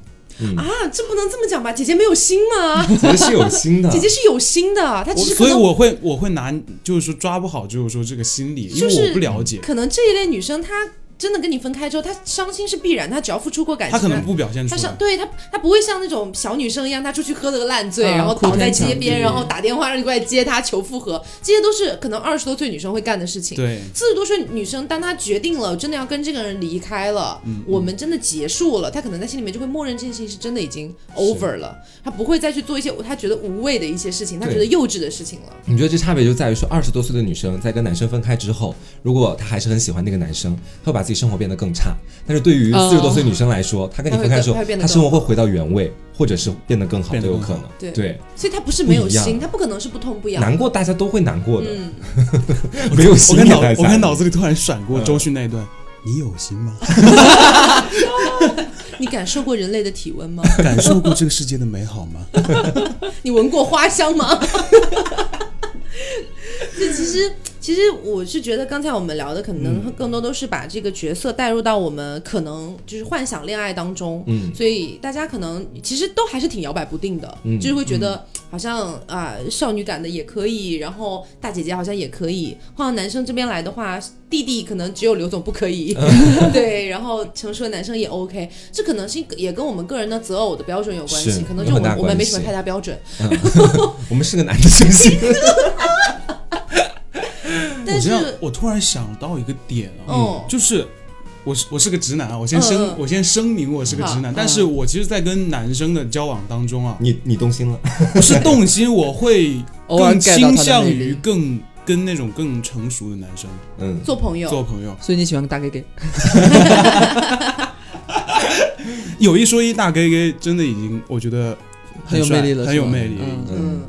[SPEAKER 1] 啊，这不能这么讲吧？姐姐没有心吗？
[SPEAKER 2] 其实是有心 的，
[SPEAKER 1] 姐姐是有心的，她
[SPEAKER 4] 我
[SPEAKER 1] 只是可
[SPEAKER 4] 所以
[SPEAKER 1] 能
[SPEAKER 4] 我会我会拿就是说抓不好，就是说这个心理，因
[SPEAKER 1] 就
[SPEAKER 4] 为
[SPEAKER 1] 是
[SPEAKER 4] 我不了解，
[SPEAKER 1] 可能这一类女生，她真的跟你分开之后，她伤心是必然，她只要付出过感
[SPEAKER 4] 她
[SPEAKER 1] 情，
[SPEAKER 4] 可能不表现出
[SPEAKER 1] 她
[SPEAKER 4] 来
[SPEAKER 1] 像。对她，她不会像那种小女生一样，她出去喝了个烂醉，
[SPEAKER 3] 啊
[SPEAKER 1] 然后
[SPEAKER 3] 哭
[SPEAKER 1] 倒在
[SPEAKER 3] 天抢
[SPEAKER 1] 街边，
[SPEAKER 3] 地
[SPEAKER 1] 然后打电话让你过来接她求复合，这些都是可能二十多岁女生会干的事情。
[SPEAKER 4] 对，
[SPEAKER 1] 四十多岁女生，当她决定了真的要跟这个人离开了，
[SPEAKER 2] 嗯
[SPEAKER 1] 我们真的结束了，她可能在心里面就会默认这件事情是真的已经 over 了，她不会再去做一些她觉得无谓的一些事情，她
[SPEAKER 2] 对
[SPEAKER 1] 觉得幼稚的事情了。
[SPEAKER 2] 你觉得这差别就在于说，二十多岁的女生在跟男生分开之后，如果她还是很喜欢那个男生，她会把自己生活变得更差。但是对于
[SPEAKER 3] 哦
[SPEAKER 2] 四十多岁女生来说，她跟你分开之后
[SPEAKER 1] 她会变，得
[SPEAKER 2] 她生活会回到原位，或者是变得更好
[SPEAKER 4] 变
[SPEAKER 2] 都
[SPEAKER 4] 得
[SPEAKER 2] 有
[SPEAKER 4] 更好
[SPEAKER 2] 可能。
[SPEAKER 1] 对
[SPEAKER 2] 对，
[SPEAKER 1] 所以她不是没有
[SPEAKER 2] 不一样
[SPEAKER 1] 心，她不可能是不痛不痒。
[SPEAKER 2] 难过大家都会难过的，
[SPEAKER 1] 嗯，
[SPEAKER 2] 没有
[SPEAKER 4] 我
[SPEAKER 2] 心
[SPEAKER 4] 跟
[SPEAKER 2] 也
[SPEAKER 4] 脑
[SPEAKER 2] 在
[SPEAKER 4] 我跟脑子里突然闪过
[SPEAKER 2] 嗯
[SPEAKER 4] 周迅那一段， 你有心吗？
[SPEAKER 1] 你感受过人类的体温吗？
[SPEAKER 4] 感受过这个世界的美好吗？
[SPEAKER 1] 你闻过花香吗？ 这其实，其实我是觉得，刚才我们聊的可
[SPEAKER 2] 嗯
[SPEAKER 1] 能更多都是把这个角色带入到我们可能就是幻想恋爱当中，
[SPEAKER 2] 嗯
[SPEAKER 1] 所以大家可能其实都还是挺摇摆不定的，
[SPEAKER 2] 嗯
[SPEAKER 1] 就是会觉得好像啊、少女感的也可以，然后大姐姐好像也可以，换到男生这边来的话，弟弟可能只有刘总不可 以， 对，然后成熟的男生也 OK，这可能是也跟我们个人的择偶的标准有关
[SPEAKER 2] 是
[SPEAKER 1] 系，可能
[SPEAKER 2] 有
[SPEAKER 1] 就我
[SPEAKER 2] 很大
[SPEAKER 1] 们我们没
[SPEAKER 2] 关
[SPEAKER 1] 什么
[SPEAKER 2] 系
[SPEAKER 1] 太大标准，
[SPEAKER 2] 我们是个男的就行。
[SPEAKER 1] 但
[SPEAKER 4] 我
[SPEAKER 1] 是
[SPEAKER 4] 这样，我我突然想到一个点啊，
[SPEAKER 1] 嗯，
[SPEAKER 4] 就是我是我是个直男啊，我先声、
[SPEAKER 1] 嗯嗯嗯
[SPEAKER 4] 我先声明我是个直男，
[SPEAKER 3] 好
[SPEAKER 4] 但是我其实，在跟男生的交往 当中啊，
[SPEAKER 2] 你你动心了，
[SPEAKER 4] 不是动心，我会
[SPEAKER 3] 偶尔
[SPEAKER 4] 更
[SPEAKER 3] get 到他
[SPEAKER 4] 倾
[SPEAKER 3] 的
[SPEAKER 4] 向
[SPEAKER 3] 魅
[SPEAKER 4] 于
[SPEAKER 3] 力。
[SPEAKER 4] 更跟那种更成熟的男生
[SPEAKER 2] 嗯，
[SPEAKER 1] 做朋友，
[SPEAKER 4] 做朋友。
[SPEAKER 3] 所以你喜欢大 gay gay？
[SPEAKER 4] 有一说一，大 gay gay 真的已经我觉得
[SPEAKER 3] 很有
[SPEAKER 4] 帅
[SPEAKER 3] 魅力了
[SPEAKER 4] 很有
[SPEAKER 3] 是吗
[SPEAKER 4] 魅力。
[SPEAKER 3] 嗯
[SPEAKER 1] 嗯，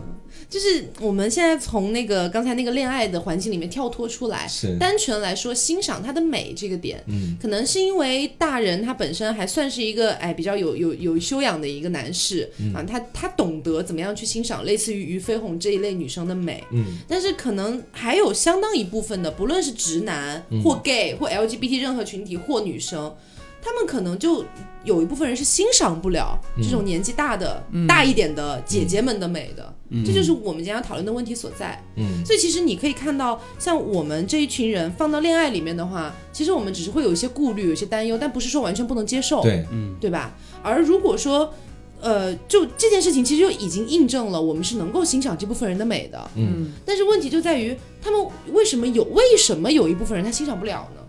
[SPEAKER 1] 就是我们现在从那个刚才那个恋爱的环境里面跳脱出来，
[SPEAKER 2] 是，
[SPEAKER 1] 单纯来说欣赏它的美这个点，
[SPEAKER 2] 嗯
[SPEAKER 1] 可能是因为大人他本身还算是一个哎比较有有有修养的一个男士、啊，他他懂得怎么样去欣赏类似于于飞鸿这一类女生的美。
[SPEAKER 2] 嗯
[SPEAKER 1] 但是可能还有相当一部分的，不论是直男或 gay 或 LGBT 任何群体或女生，他们可能就有一部分人是欣赏不了这种年纪大的、大一点的姐姐们的美的，这就是我们今天要讨论的问题所在。
[SPEAKER 2] 嗯，
[SPEAKER 1] 所以其实你可以看到，像我们这一群人放到恋爱里面的话，其实我们只是会有一些顾虑、有一些担忧，但不是说完全不能接受。
[SPEAKER 2] 对，
[SPEAKER 4] 嗯，
[SPEAKER 1] 对吧？而如果说，呃，就这件事情其实就已经印证了我们是能够欣赏这部分人的美的，
[SPEAKER 2] 嗯。
[SPEAKER 1] 但是问题就在于，他们为什么有为什么有一部分人他欣赏不了呢？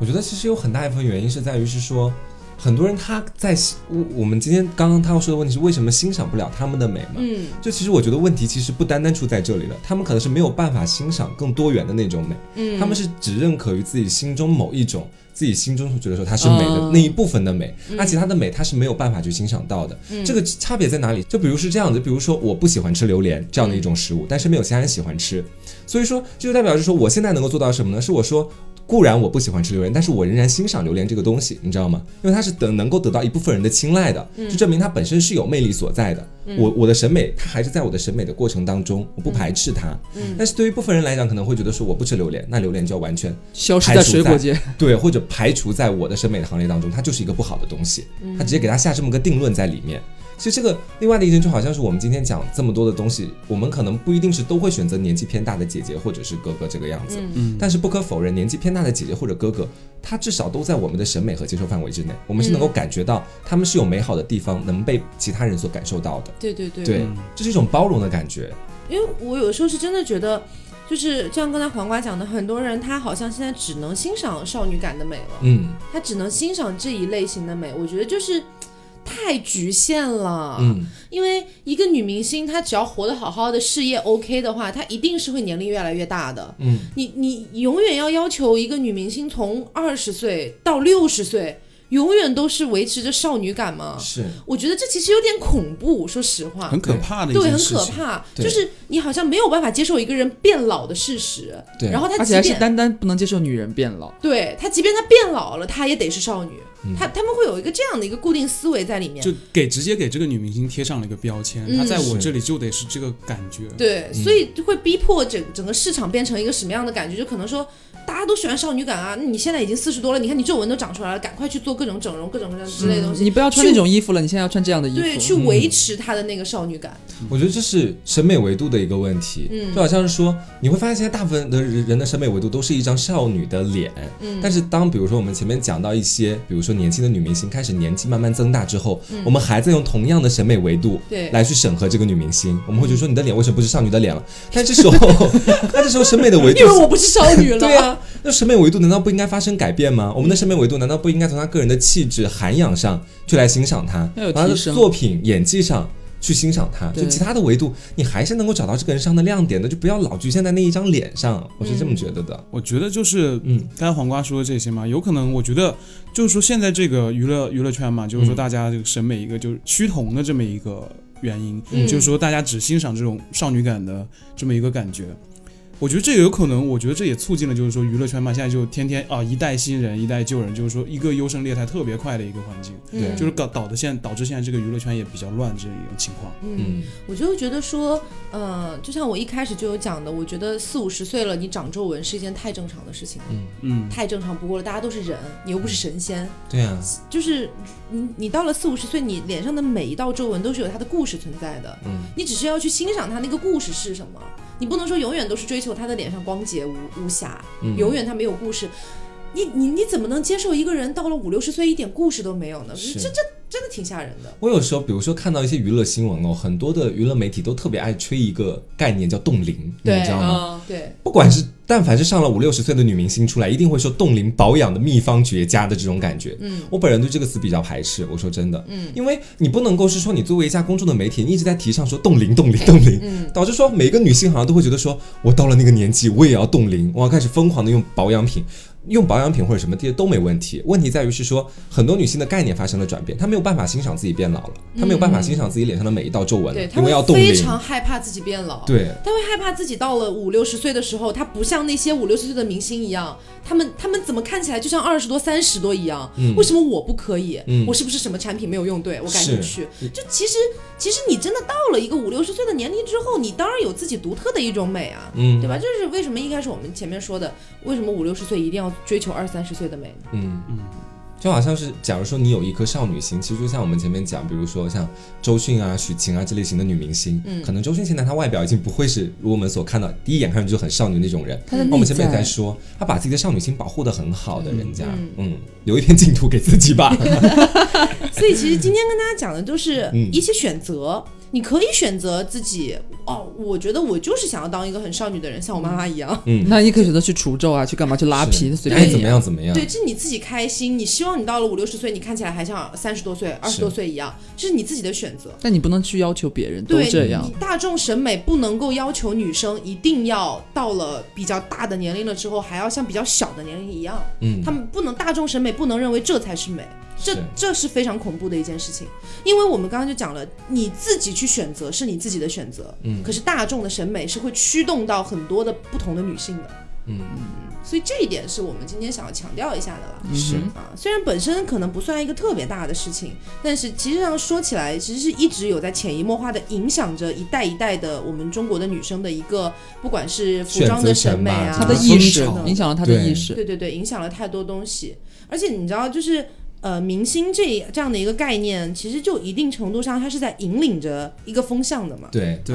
[SPEAKER 2] 我觉得其实有很大一部分原因是在于是说，很多人他在我我们今天刚刚他要说的问题是为什么欣赏不了他们的美嘛？
[SPEAKER 1] 嗯，
[SPEAKER 2] 就其实我觉得问题其实不单单出在这里了，他们可能是没有办法欣赏更多元的那种美，
[SPEAKER 1] 嗯
[SPEAKER 2] 他们是只认可于自己心中某一种，自己心中觉得说它是美的
[SPEAKER 1] 哦
[SPEAKER 3] 嗯
[SPEAKER 2] 那一部分的美，
[SPEAKER 1] 嗯
[SPEAKER 2] 那其他的美他是没有办法去欣赏到的。这个差别在哪里？就比如是这样子，比如说我不喜欢吃榴莲这样的一种食物，但是没有其他人喜欢吃，所以说这就代表着说我现在能够做到什么呢？是我说。固然我不喜欢吃榴莲，但是我仍然欣赏榴莲这个东西，你知道吗？因为它是等能够得到一部分人的青睐的，就证明它本身是有魅力所在的。我我的审美，它还是在我的审美的过程当中，我不排斥它。但是对于部分人来讲，可能会觉得说我不吃榴莲，那榴莲就要完全
[SPEAKER 3] 消失
[SPEAKER 2] 排
[SPEAKER 3] 在
[SPEAKER 2] 除
[SPEAKER 3] 水
[SPEAKER 2] 在
[SPEAKER 3] 果界，
[SPEAKER 2] 对，或者排除在我的审美的行列当中，它就是一个不好的东西，
[SPEAKER 1] 嗯
[SPEAKER 2] 他直接给它下这么个定论在里面。其实这个另外的一点就好像是我们今天讲这么多的东西，我们可能不一定是都会选择年纪偏大的姐姐或者是哥哥这个样子，
[SPEAKER 4] 嗯
[SPEAKER 2] 但是不可否认，年纪偏大的姐姐或者哥哥，他至少都在我们的审美和接受范围之内，我们是能
[SPEAKER 1] 嗯
[SPEAKER 2] 够感觉到他们是有美好的地方，能被其他人所感受到的。
[SPEAKER 1] 对对对
[SPEAKER 2] 对
[SPEAKER 4] 嗯，
[SPEAKER 2] 这是一种包容的感觉。
[SPEAKER 1] 因为我有时候是真的觉得，就是就像刚才黄瓜讲的，很多人他好像现在只能欣赏少女感的美了，
[SPEAKER 2] 嗯
[SPEAKER 1] 他只能欣赏这一类型的美，我觉得就是太局限了。
[SPEAKER 2] 嗯，
[SPEAKER 1] 因为一个女明星，她只要活得好好的，事业 OK 的话，她一定是会年龄越来越大的。
[SPEAKER 2] 嗯，
[SPEAKER 1] 你你永远要要求一个女明星从二十岁到六十岁，永远都是维持着少女感吗？
[SPEAKER 2] 嗯是
[SPEAKER 1] 我觉得这其实有点恐怖，说实话
[SPEAKER 4] 很，可怕的一
[SPEAKER 1] 对，
[SPEAKER 4] 件
[SPEAKER 1] 很
[SPEAKER 4] 事
[SPEAKER 1] 可
[SPEAKER 4] 情。
[SPEAKER 1] 怕，
[SPEAKER 2] 对
[SPEAKER 1] 就是你好像没有办法接受一个人变老的事实。
[SPEAKER 2] 对
[SPEAKER 1] 然后她
[SPEAKER 3] 而
[SPEAKER 1] 即
[SPEAKER 3] 且还是
[SPEAKER 1] 便
[SPEAKER 3] 单单不能接受女人变老。
[SPEAKER 1] 对她即便她变老了，她也得是少女。
[SPEAKER 3] 嗯
[SPEAKER 1] 她他们会有一个这样的一个固定思维在里面，
[SPEAKER 4] 就给直接给这个女明星贴上了一个标签，
[SPEAKER 1] 嗯
[SPEAKER 4] 她在我
[SPEAKER 2] 是
[SPEAKER 4] 这里就得是这个感觉。
[SPEAKER 1] 对，
[SPEAKER 3] 嗯
[SPEAKER 1] 所以就会逼迫整整个市场变成一个什么样的感觉？就可能说，大家都喜欢少女感啊，你现在已经四十多了，你看你皱纹都长出来了，赶快去做各种整容、各种各样之类的东西，
[SPEAKER 3] 你不要穿那种衣服了，嗯你现在要穿这样的衣服。嗯
[SPEAKER 1] 对，去维持她的那个少女感。
[SPEAKER 2] 我觉得这是审美维度的一个问题，
[SPEAKER 1] 嗯
[SPEAKER 2] 就好像是说，你会发现现在大部分的人人的审美维度都是一张少女的脸，
[SPEAKER 1] 嗯
[SPEAKER 2] 但是当比如说我们前面讲到一些，比如说年轻的女明星开始年纪慢慢增大之后，我们还在用同样的审美维度
[SPEAKER 1] 嗯对
[SPEAKER 2] 来去审核这个女明星，我们会觉得说你的脸为什么不是少女的 脸了？但这时候， 但这时候审美的维
[SPEAKER 1] 你以为
[SPEAKER 2] 度。
[SPEAKER 1] 我不是少女了？
[SPEAKER 2] 对啊，那审美维度难道不应该发生改变吗？我们的审美维度难道不应该从她个人的气质涵养上去来欣赏她，
[SPEAKER 3] 要有
[SPEAKER 2] 从她的
[SPEAKER 3] 提升
[SPEAKER 2] 作品演技上去欣赏她？就
[SPEAKER 3] 对
[SPEAKER 2] 其他的维度，你还是能够找到这个人身上的亮点的，就不要老局限在那一张脸
[SPEAKER 3] 嗯
[SPEAKER 2] 上。我是这么觉得的。
[SPEAKER 4] 我觉得就是
[SPEAKER 2] 嗯
[SPEAKER 4] 刚才黄瓜说的这些嘛，有可能我觉得就是说现在这个娱乐娱乐圈嘛，就是说
[SPEAKER 2] 嗯
[SPEAKER 4] 大家这个审美一个就是趋同的这么一个原因，
[SPEAKER 1] 嗯
[SPEAKER 4] 就是说大家只欣赏这种少女感的这么一个感觉。我觉得这也有可能，我觉得这也促进了，就是说娱乐圈嘛，现在就天天啊一代新人一代旧人，就是说一个优胜劣汰特别快的一个环境，
[SPEAKER 1] 嗯
[SPEAKER 2] 对
[SPEAKER 4] 就是搞导的现在导致现在这个娱乐圈也比较乱这一种情况。
[SPEAKER 1] 嗯，
[SPEAKER 2] 嗯
[SPEAKER 1] 我就觉得说，呃，就像我一开始就有讲的，我觉得四五十岁了，你长皱纹是一件太正常的事情了，
[SPEAKER 4] 嗯，
[SPEAKER 1] 太正常不过了，大家都是人，你又不是神仙。
[SPEAKER 2] 对啊，
[SPEAKER 1] 就是你你到了四五十岁，你脸上的每一道皱纹都是有它的故事存在的。
[SPEAKER 2] 嗯，
[SPEAKER 1] 你只是要去欣赏它那个故事是什么，你不能说永远都是追求他的脸上光洁无无瑕，
[SPEAKER 2] 嗯
[SPEAKER 1] 永远他没有故事。你你你怎么能接受一个人到了五六十岁一点故事都没有呢？
[SPEAKER 2] 是
[SPEAKER 1] 这这真的挺吓人的。
[SPEAKER 2] 我有时候，比如说看到一些娱乐新闻哦，很多的娱乐媒体都特别爱吹一个概念叫冻龄，你
[SPEAKER 1] 对
[SPEAKER 2] 知道吗？
[SPEAKER 3] 啊，
[SPEAKER 1] 对，
[SPEAKER 2] 不管是但凡是上了五六十岁的女明星出来，一定会说冻龄保养的秘方绝佳的这种感觉。嗯，我本人对这个词比较排斥。我说真的，嗯，因为你不能够是说你作为一家公众的媒体，你一直在提倡说冻龄、冻龄、冻龄，
[SPEAKER 1] 嗯
[SPEAKER 2] 导致说每个女性好像都会觉得说，我到了那个年纪，我也要冻龄，我要开始疯狂的用保养品。用保养品或者什么这些都没问题，问题在于是说很多女性的概念发生了转变，她没有办法欣赏自己变老了，她没有办法欣赏自己脸上的每一道皱纹了，
[SPEAKER 1] 对，他
[SPEAKER 2] 因为要
[SPEAKER 1] 会
[SPEAKER 2] 冻
[SPEAKER 1] 非
[SPEAKER 2] 龄。
[SPEAKER 1] 常害怕自己变老，
[SPEAKER 2] 对，
[SPEAKER 1] 他会害怕自己到了五六十岁的时候，他不像那些五六十岁的明星一样，他们他们怎么看起来就像二十多、三十多一样？为什么我不可以？
[SPEAKER 2] 嗯
[SPEAKER 1] 我是不是什么产品没有用对？我赶紧去
[SPEAKER 2] 是。
[SPEAKER 1] 就其实其实你真的到了一个五六十岁的年龄之后，你当然有自己独特的一种美啊，
[SPEAKER 2] 嗯
[SPEAKER 1] 对吧？这是为什么一开始我们前面说的，为什么五六十岁一定要追求二三十岁的美呢？
[SPEAKER 2] 嗯
[SPEAKER 4] 嗯，
[SPEAKER 2] 就好像是，假如说你有一颗少女心，其实就像我们前面讲，比如说像周迅啊、许晴啊这类型的女明星，
[SPEAKER 1] 嗯
[SPEAKER 2] 可能周迅现在她外表已经不会是如我们所看到第一眼看上去就很少女那种人。
[SPEAKER 3] 她的
[SPEAKER 2] 那我们
[SPEAKER 3] 内
[SPEAKER 2] 前面也
[SPEAKER 3] 在
[SPEAKER 2] 在说，她把自己的少女心保护的很好的人家，
[SPEAKER 1] 嗯
[SPEAKER 2] 嗯留一片净土给自己吧。
[SPEAKER 1] 所以其实今天跟大家讲的都是
[SPEAKER 2] 嗯
[SPEAKER 1] 一些选择，你可以选择自己哦，我觉得我就是想要当一个很少女的人，像我妈妈一样。
[SPEAKER 2] 嗯，
[SPEAKER 3] 那你可以选择去除皱啊，去干嘛？去拉皮，随
[SPEAKER 2] 爱哎
[SPEAKER 3] 便
[SPEAKER 2] 怎么
[SPEAKER 3] 你。
[SPEAKER 2] 样怎么样。
[SPEAKER 1] 对，这是你自己开心，你希望你到了五六十岁，你看起来还像三十多岁、二十
[SPEAKER 2] 是
[SPEAKER 1] 多岁一样，这是你自己的选择。
[SPEAKER 3] 但你不能去要求别人都
[SPEAKER 1] 对，
[SPEAKER 3] 这
[SPEAKER 1] 你
[SPEAKER 3] 样
[SPEAKER 1] 你。大众审美不能够要求女生一定要到了比较大的年龄了之后，还要像比较小的年龄一样，
[SPEAKER 2] 嗯
[SPEAKER 1] 他们不能大众审美不能认为这才是美，这
[SPEAKER 2] 是
[SPEAKER 1] 这是非常恐怖的一件事情。因为我们刚刚就讲了，你自己去选择是你自己的选择，
[SPEAKER 2] 嗯
[SPEAKER 1] 可是大众的审美是会驱动到很多的不同的女性的，
[SPEAKER 2] 嗯
[SPEAKER 1] 所以这一点是我们今天想要强调一下的
[SPEAKER 3] 嗯
[SPEAKER 1] 啦。
[SPEAKER 2] 是
[SPEAKER 1] 啊，虽然本身可能不算一个特别大的事情，但是其实上说起来，其实是一直有在潜移默化的影响着一代一代的我们中国的女生的一个，不管是服装的审美
[SPEAKER 2] 选
[SPEAKER 1] 啊，
[SPEAKER 2] 择权吧
[SPEAKER 3] 他的
[SPEAKER 2] 啊
[SPEAKER 3] 意识
[SPEAKER 1] 风潮
[SPEAKER 3] 影响了他的
[SPEAKER 2] 对
[SPEAKER 3] 意识。
[SPEAKER 1] 对对对，影响了太多东西。而且你知道，就是呃，明星这这样的一个概念，其实就一定程度上，它是在引领着一个风向的嘛。
[SPEAKER 2] 对，
[SPEAKER 4] 对，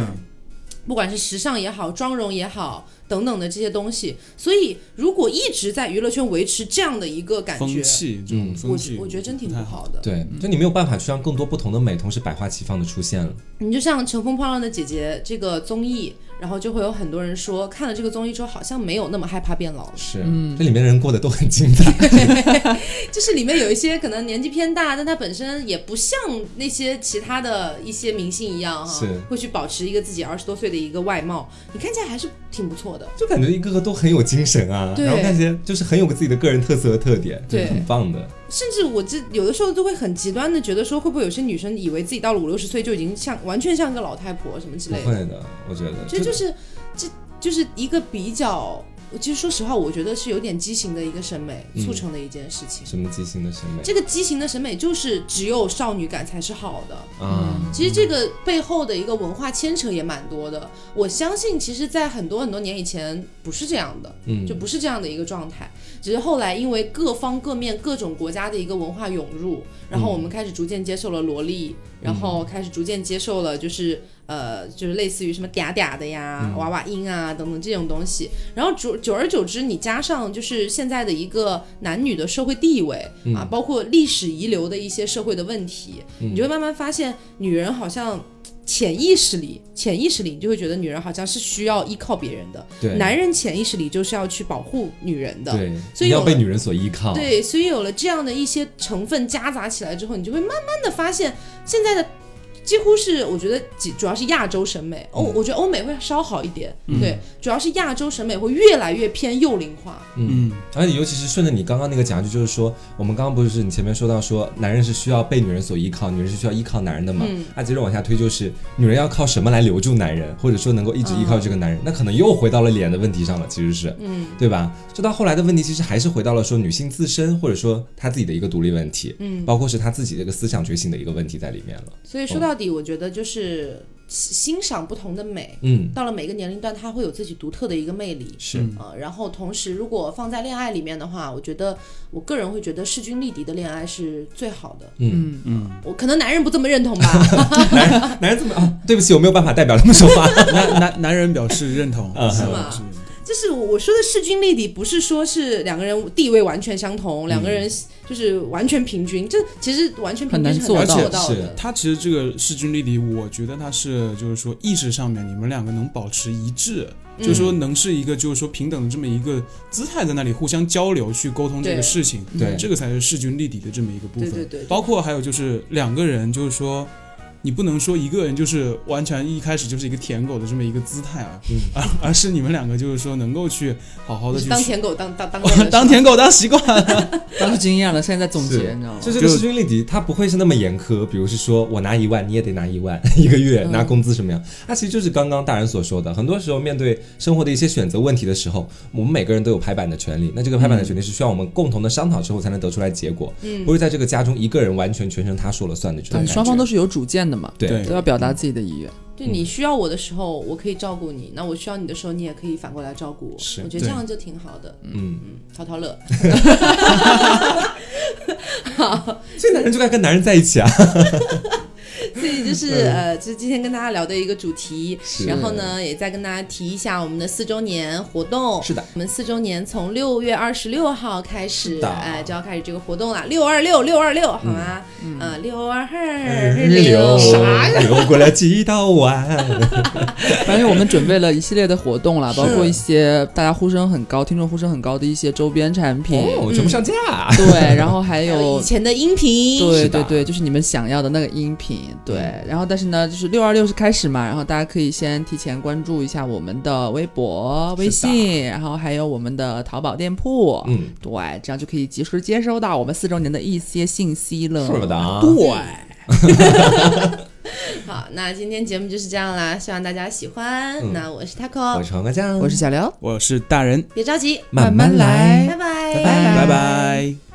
[SPEAKER 1] 不管是时尚也好，妆容也好，等等的这些东西。所以，如果一直在娱乐圈维持这样的一个感觉
[SPEAKER 4] 风，气这种
[SPEAKER 2] 嗯
[SPEAKER 1] 我
[SPEAKER 4] 风
[SPEAKER 1] 觉
[SPEAKER 4] 气，
[SPEAKER 1] 我觉得真挺
[SPEAKER 4] 不
[SPEAKER 1] 不
[SPEAKER 4] 太。
[SPEAKER 1] 好的。
[SPEAKER 2] 对，就你没有办法去让更多不同的美同时百花齐放的出现了。
[SPEAKER 1] 你就像《乘风破浪的姐姐》这个综艺，然后就会有很多人说，看了这个综艺之后，好像没有那么害怕变老了。
[SPEAKER 2] 是，嗯这里面的人过得都很精彩。
[SPEAKER 1] 就是里面有一些可能年纪偏大，但他本身也不像那些其他的一些明星一样哈
[SPEAKER 2] 是，
[SPEAKER 1] 会去保持一个自己二十多岁的一个外貌，你看起来还是挺不错的。
[SPEAKER 2] 就感觉一个个都很有精神啊，
[SPEAKER 1] 对
[SPEAKER 2] 然后看起来就是很有自己的个人特色和特点，
[SPEAKER 1] 对
[SPEAKER 2] 很棒的。
[SPEAKER 1] 甚至我这有的时候都会很极端的觉得说，会不会有些女生以为自己到了五六十岁就已经像完全像个老太婆什么之
[SPEAKER 2] 不
[SPEAKER 1] 类
[SPEAKER 2] 会
[SPEAKER 1] 的，
[SPEAKER 2] 的，我觉得
[SPEAKER 1] 其实就是这就是一个比较。其实说实话，我觉得是有点畸形的一个审美
[SPEAKER 2] 嗯
[SPEAKER 1] 促成的一件事情。
[SPEAKER 2] 什么畸形的审美
[SPEAKER 1] 这个畸形的审美就是只有少女感才是好的，
[SPEAKER 2] 啊，
[SPEAKER 1] 其实这个背后的一个文化牵扯也蛮多的。我相信，其实，在很多很多年以前不是这样的，
[SPEAKER 2] 嗯，
[SPEAKER 1] 就不是这样的一个状态。只是后来因为各方各面各种国家的一个文化涌入，然后我们开始逐渐接受了萝莉，然后开始逐渐接受了就是呃就是类似于什么嗲嗲的呀、娃娃音啊等等这种东西。然后久久而久之，你加上就是现在的一个男女的社会地位啊，包括历史遗留的一些社会的问题，
[SPEAKER 2] 嗯
[SPEAKER 1] 你就会慢慢发现，女人好像潜意识里，潜意识里你就会觉得女人好像是需要依靠别人的，
[SPEAKER 2] 对
[SPEAKER 1] 男人潜意识里就是要去保护女人的，
[SPEAKER 2] 对，哦
[SPEAKER 1] 所以
[SPEAKER 2] 你要
[SPEAKER 1] 有
[SPEAKER 2] 被
[SPEAKER 1] 了
[SPEAKER 2] 女人所依靠，
[SPEAKER 1] 对，所以有了这样的一些成分夹杂起来之后，你就会慢慢的发现，现在的几乎是我觉得几主要是亚洲审美，
[SPEAKER 2] 嗯
[SPEAKER 1] 欧、我觉得欧美会稍好一点，对，主要是亚洲审美会越来越偏幼龄化，
[SPEAKER 4] 嗯，
[SPEAKER 2] 而且尤其是顺着你刚刚那个讲句，就是说，我们刚刚不是你前面说到说，男人是需要被女人所依靠，女人是需要依靠男人的嘛？
[SPEAKER 1] 嗯
[SPEAKER 2] 那接着往下推就是，女人要靠什么来留住男人，或者说能够一直依靠这个男人？那可能又回到了脸的问题上了，其实是，嗯，对吧？这到后来的问题，其实还是回到了说女性自身，或者说她自己的一个独立问题，嗯，包括是她自己的一个思想觉醒的一个问题在里面了，
[SPEAKER 1] 所以说到底，我觉得就是欣欣赏不同的美，
[SPEAKER 2] 嗯，
[SPEAKER 1] 到了每个年龄段，它会有自己独特的一个魅力。
[SPEAKER 2] 是，
[SPEAKER 4] 嗯
[SPEAKER 1] 呃，然后同时，如果放在恋爱里面的话，我觉得我个人会觉得势均力敌的恋爱是最好的。
[SPEAKER 2] 嗯，
[SPEAKER 1] 我可能男人不这么认同吧，
[SPEAKER 2] 男人男人怎么啊？对不起，我没有办法代表他们说话，
[SPEAKER 4] 男男男人表示认同，
[SPEAKER 2] 啊
[SPEAKER 1] 是吗就是我说的势均力敌，不是说是两个人地位完全相同，两个
[SPEAKER 2] 嗯
[SPEAKER 1] 人就是完全平均，这其实完全平
[SPEAKER 3] 很
[SPEAKER 1] 均
[SPEAKER 3] 难
[SPEAKER 1] 是很难
[SPEAKER 4] 做
[SPEAKER 1] 做
[SPEAKER 4] 到
[SPEAKER 1] 到
[SPEAKER 2] 是
[SPEAKER 1] 的。
[SPEAKER 4] 他其实这个势均力敌，我觉得他是就是说意识上面你们两个能保持一致，就是
[SPEAKER 1] 嗯
[SPEAKER 4] 说能是一个就是说平等的这么一个姿态在那里互相交流去沟通这个
[SPEAKER 1] 对
[SPEAKER 4] 事情，
[SPEAKER 2] 对
[SPEAKER 4] 这个才是势均力敌的这么一个部
[SPEAKER 1] 对
[SPEAKER 4] 分。
[SPEAKER 1] 对对，
[SPEAKER 4] 包括还有就是两个人，就是说，你不能说一个人就是完全一开始就是一个舔狗的这么一个姿态啊，
[SPEAKER 2] 嗯
[SPEAKER 4] 而而是你们两个就是说能够去好好的
[SPEAKER 1] 你是
[SPEAKER 4] 去
[SPEAKER 1] 当
[SPEAKER 4] 说
[SPEAKER 1] 舔狗当 当当
[SPEAKER 4] 当舔狗当习惯了，
[SPEAKER 3] 当时经验了，现在在总结，
[SPEAKER 2] 是
[SPEAKER 3] 你知道吗？
[SPEAKER 2] 就这个势均力敌，它不会是那么严苛。比如是说我拿一万，你也得拿一万， 一个月拿工资什么样？它其实就是刚刚大人所说的，很多时候面对生活的一些选择问题的时候，我们每个人都有拍板的权利。那这个拍板的权利是需要我们共同的商讨之后才能得出来结果，
[SPEAKER 1] 嗯
[SPEAKER 2] 不是在这个家中一个人完全全程他说了算的这种
[SPEAKER 3] 对，
[SPEAKER 2] 感觉。
[SPEAKER 3] 嗯双方都是有主见的嘛，
[SPEAKER 2] 对
[SPEAKER 4] 对
[SPEAKER 3] 都要表达自己的意愿。
[SPEAKER 1] 对你需要我的时候，我可以照顾你；那我需要你的时候，你也可以反过来照顾我。
[SPEAKER 2] 是
[SPEAKER 1] 我觉得这
[SPEAKER 4] 对
[SPEAKER 1] 样就挺好的。
[SPEAKER 2] 嗯，
[SPEAKER 1] 嗯，淘淘乐，
[SPEAKER 2] 所以男人就该跟男人在一起啊。
[SPEAKER 1] 所以就是呃，就是今天跟大家聊的一个主题。
[SPEAKER 2] 是
[SPEAKER 1] 然后呢，也再跟大家提一下我们的四周年活动。
[SPEAKER 2] 是的，
[SPEAKER 1] 我们四周年从六月二十六号开始，
[SPEAKER 2] 的
[SPEAKER 1] 哎、就要开始这个活动了。六二六，六二六，好吗？嗯，六二
[SPEAKER 2] 流
[SPEAKER 1] 六，
[SPEAKER 2] 流过了几道弯，
[SPEAKER 3] 反正我们准备了一系列的活动啦，
[SPEAKER 2] 是
[SPEAKER 3] 包括一些大家呼声很高、听众呼声很高的一些周边产品，
[SPEAKER 2] 哦，全部上架。
[SPEAKER 3] 对，然后还
[SPEAKER 1] 还
[SPEAKER 3] 有
[SPEAKER 1] 以前的音频，
[SPEAKER 3] 对
[SPEAKER 2] 是吧
[SPEAKER 3] 对对，就是你们想要的那个音频，对。然后但是呢，就是六二六是开始嘛，然后大家可以先提前关注一下我们的微博、微信，然后还有我们的淘宝店铺，
[SPEAKER 2] 嗯，
[SPEAKER 3] 对，这样就可以及时接收到我们四周年的一些信息了。
[SPEAKER 2] 是的啊
[SPEAKER 3] 对，
[SPEAKER 1] 好，那今天节目就是这样啦，希望大家喜欢。
[SPEAKER 2] 嗯
[SPEAKER 1] 那我是
[SPEAKER 2] 我
[SPEAKER 1] Taco，
[SPEAKER 2] 是黄瓜酱，
[SPEAKER 3] 我是小刘，
[SPEAKER 4] 我是大人，
[SPEAKER 1] 别着急，
[SPEAKER 2] 慢慢
[SPEAKER 3] 慢慢来
[SPEAKER 2] 来。
[SPEAKER 1] 拜拜，
[SPEAKER 2] 拜
[SPEAKER 4] 拜拜。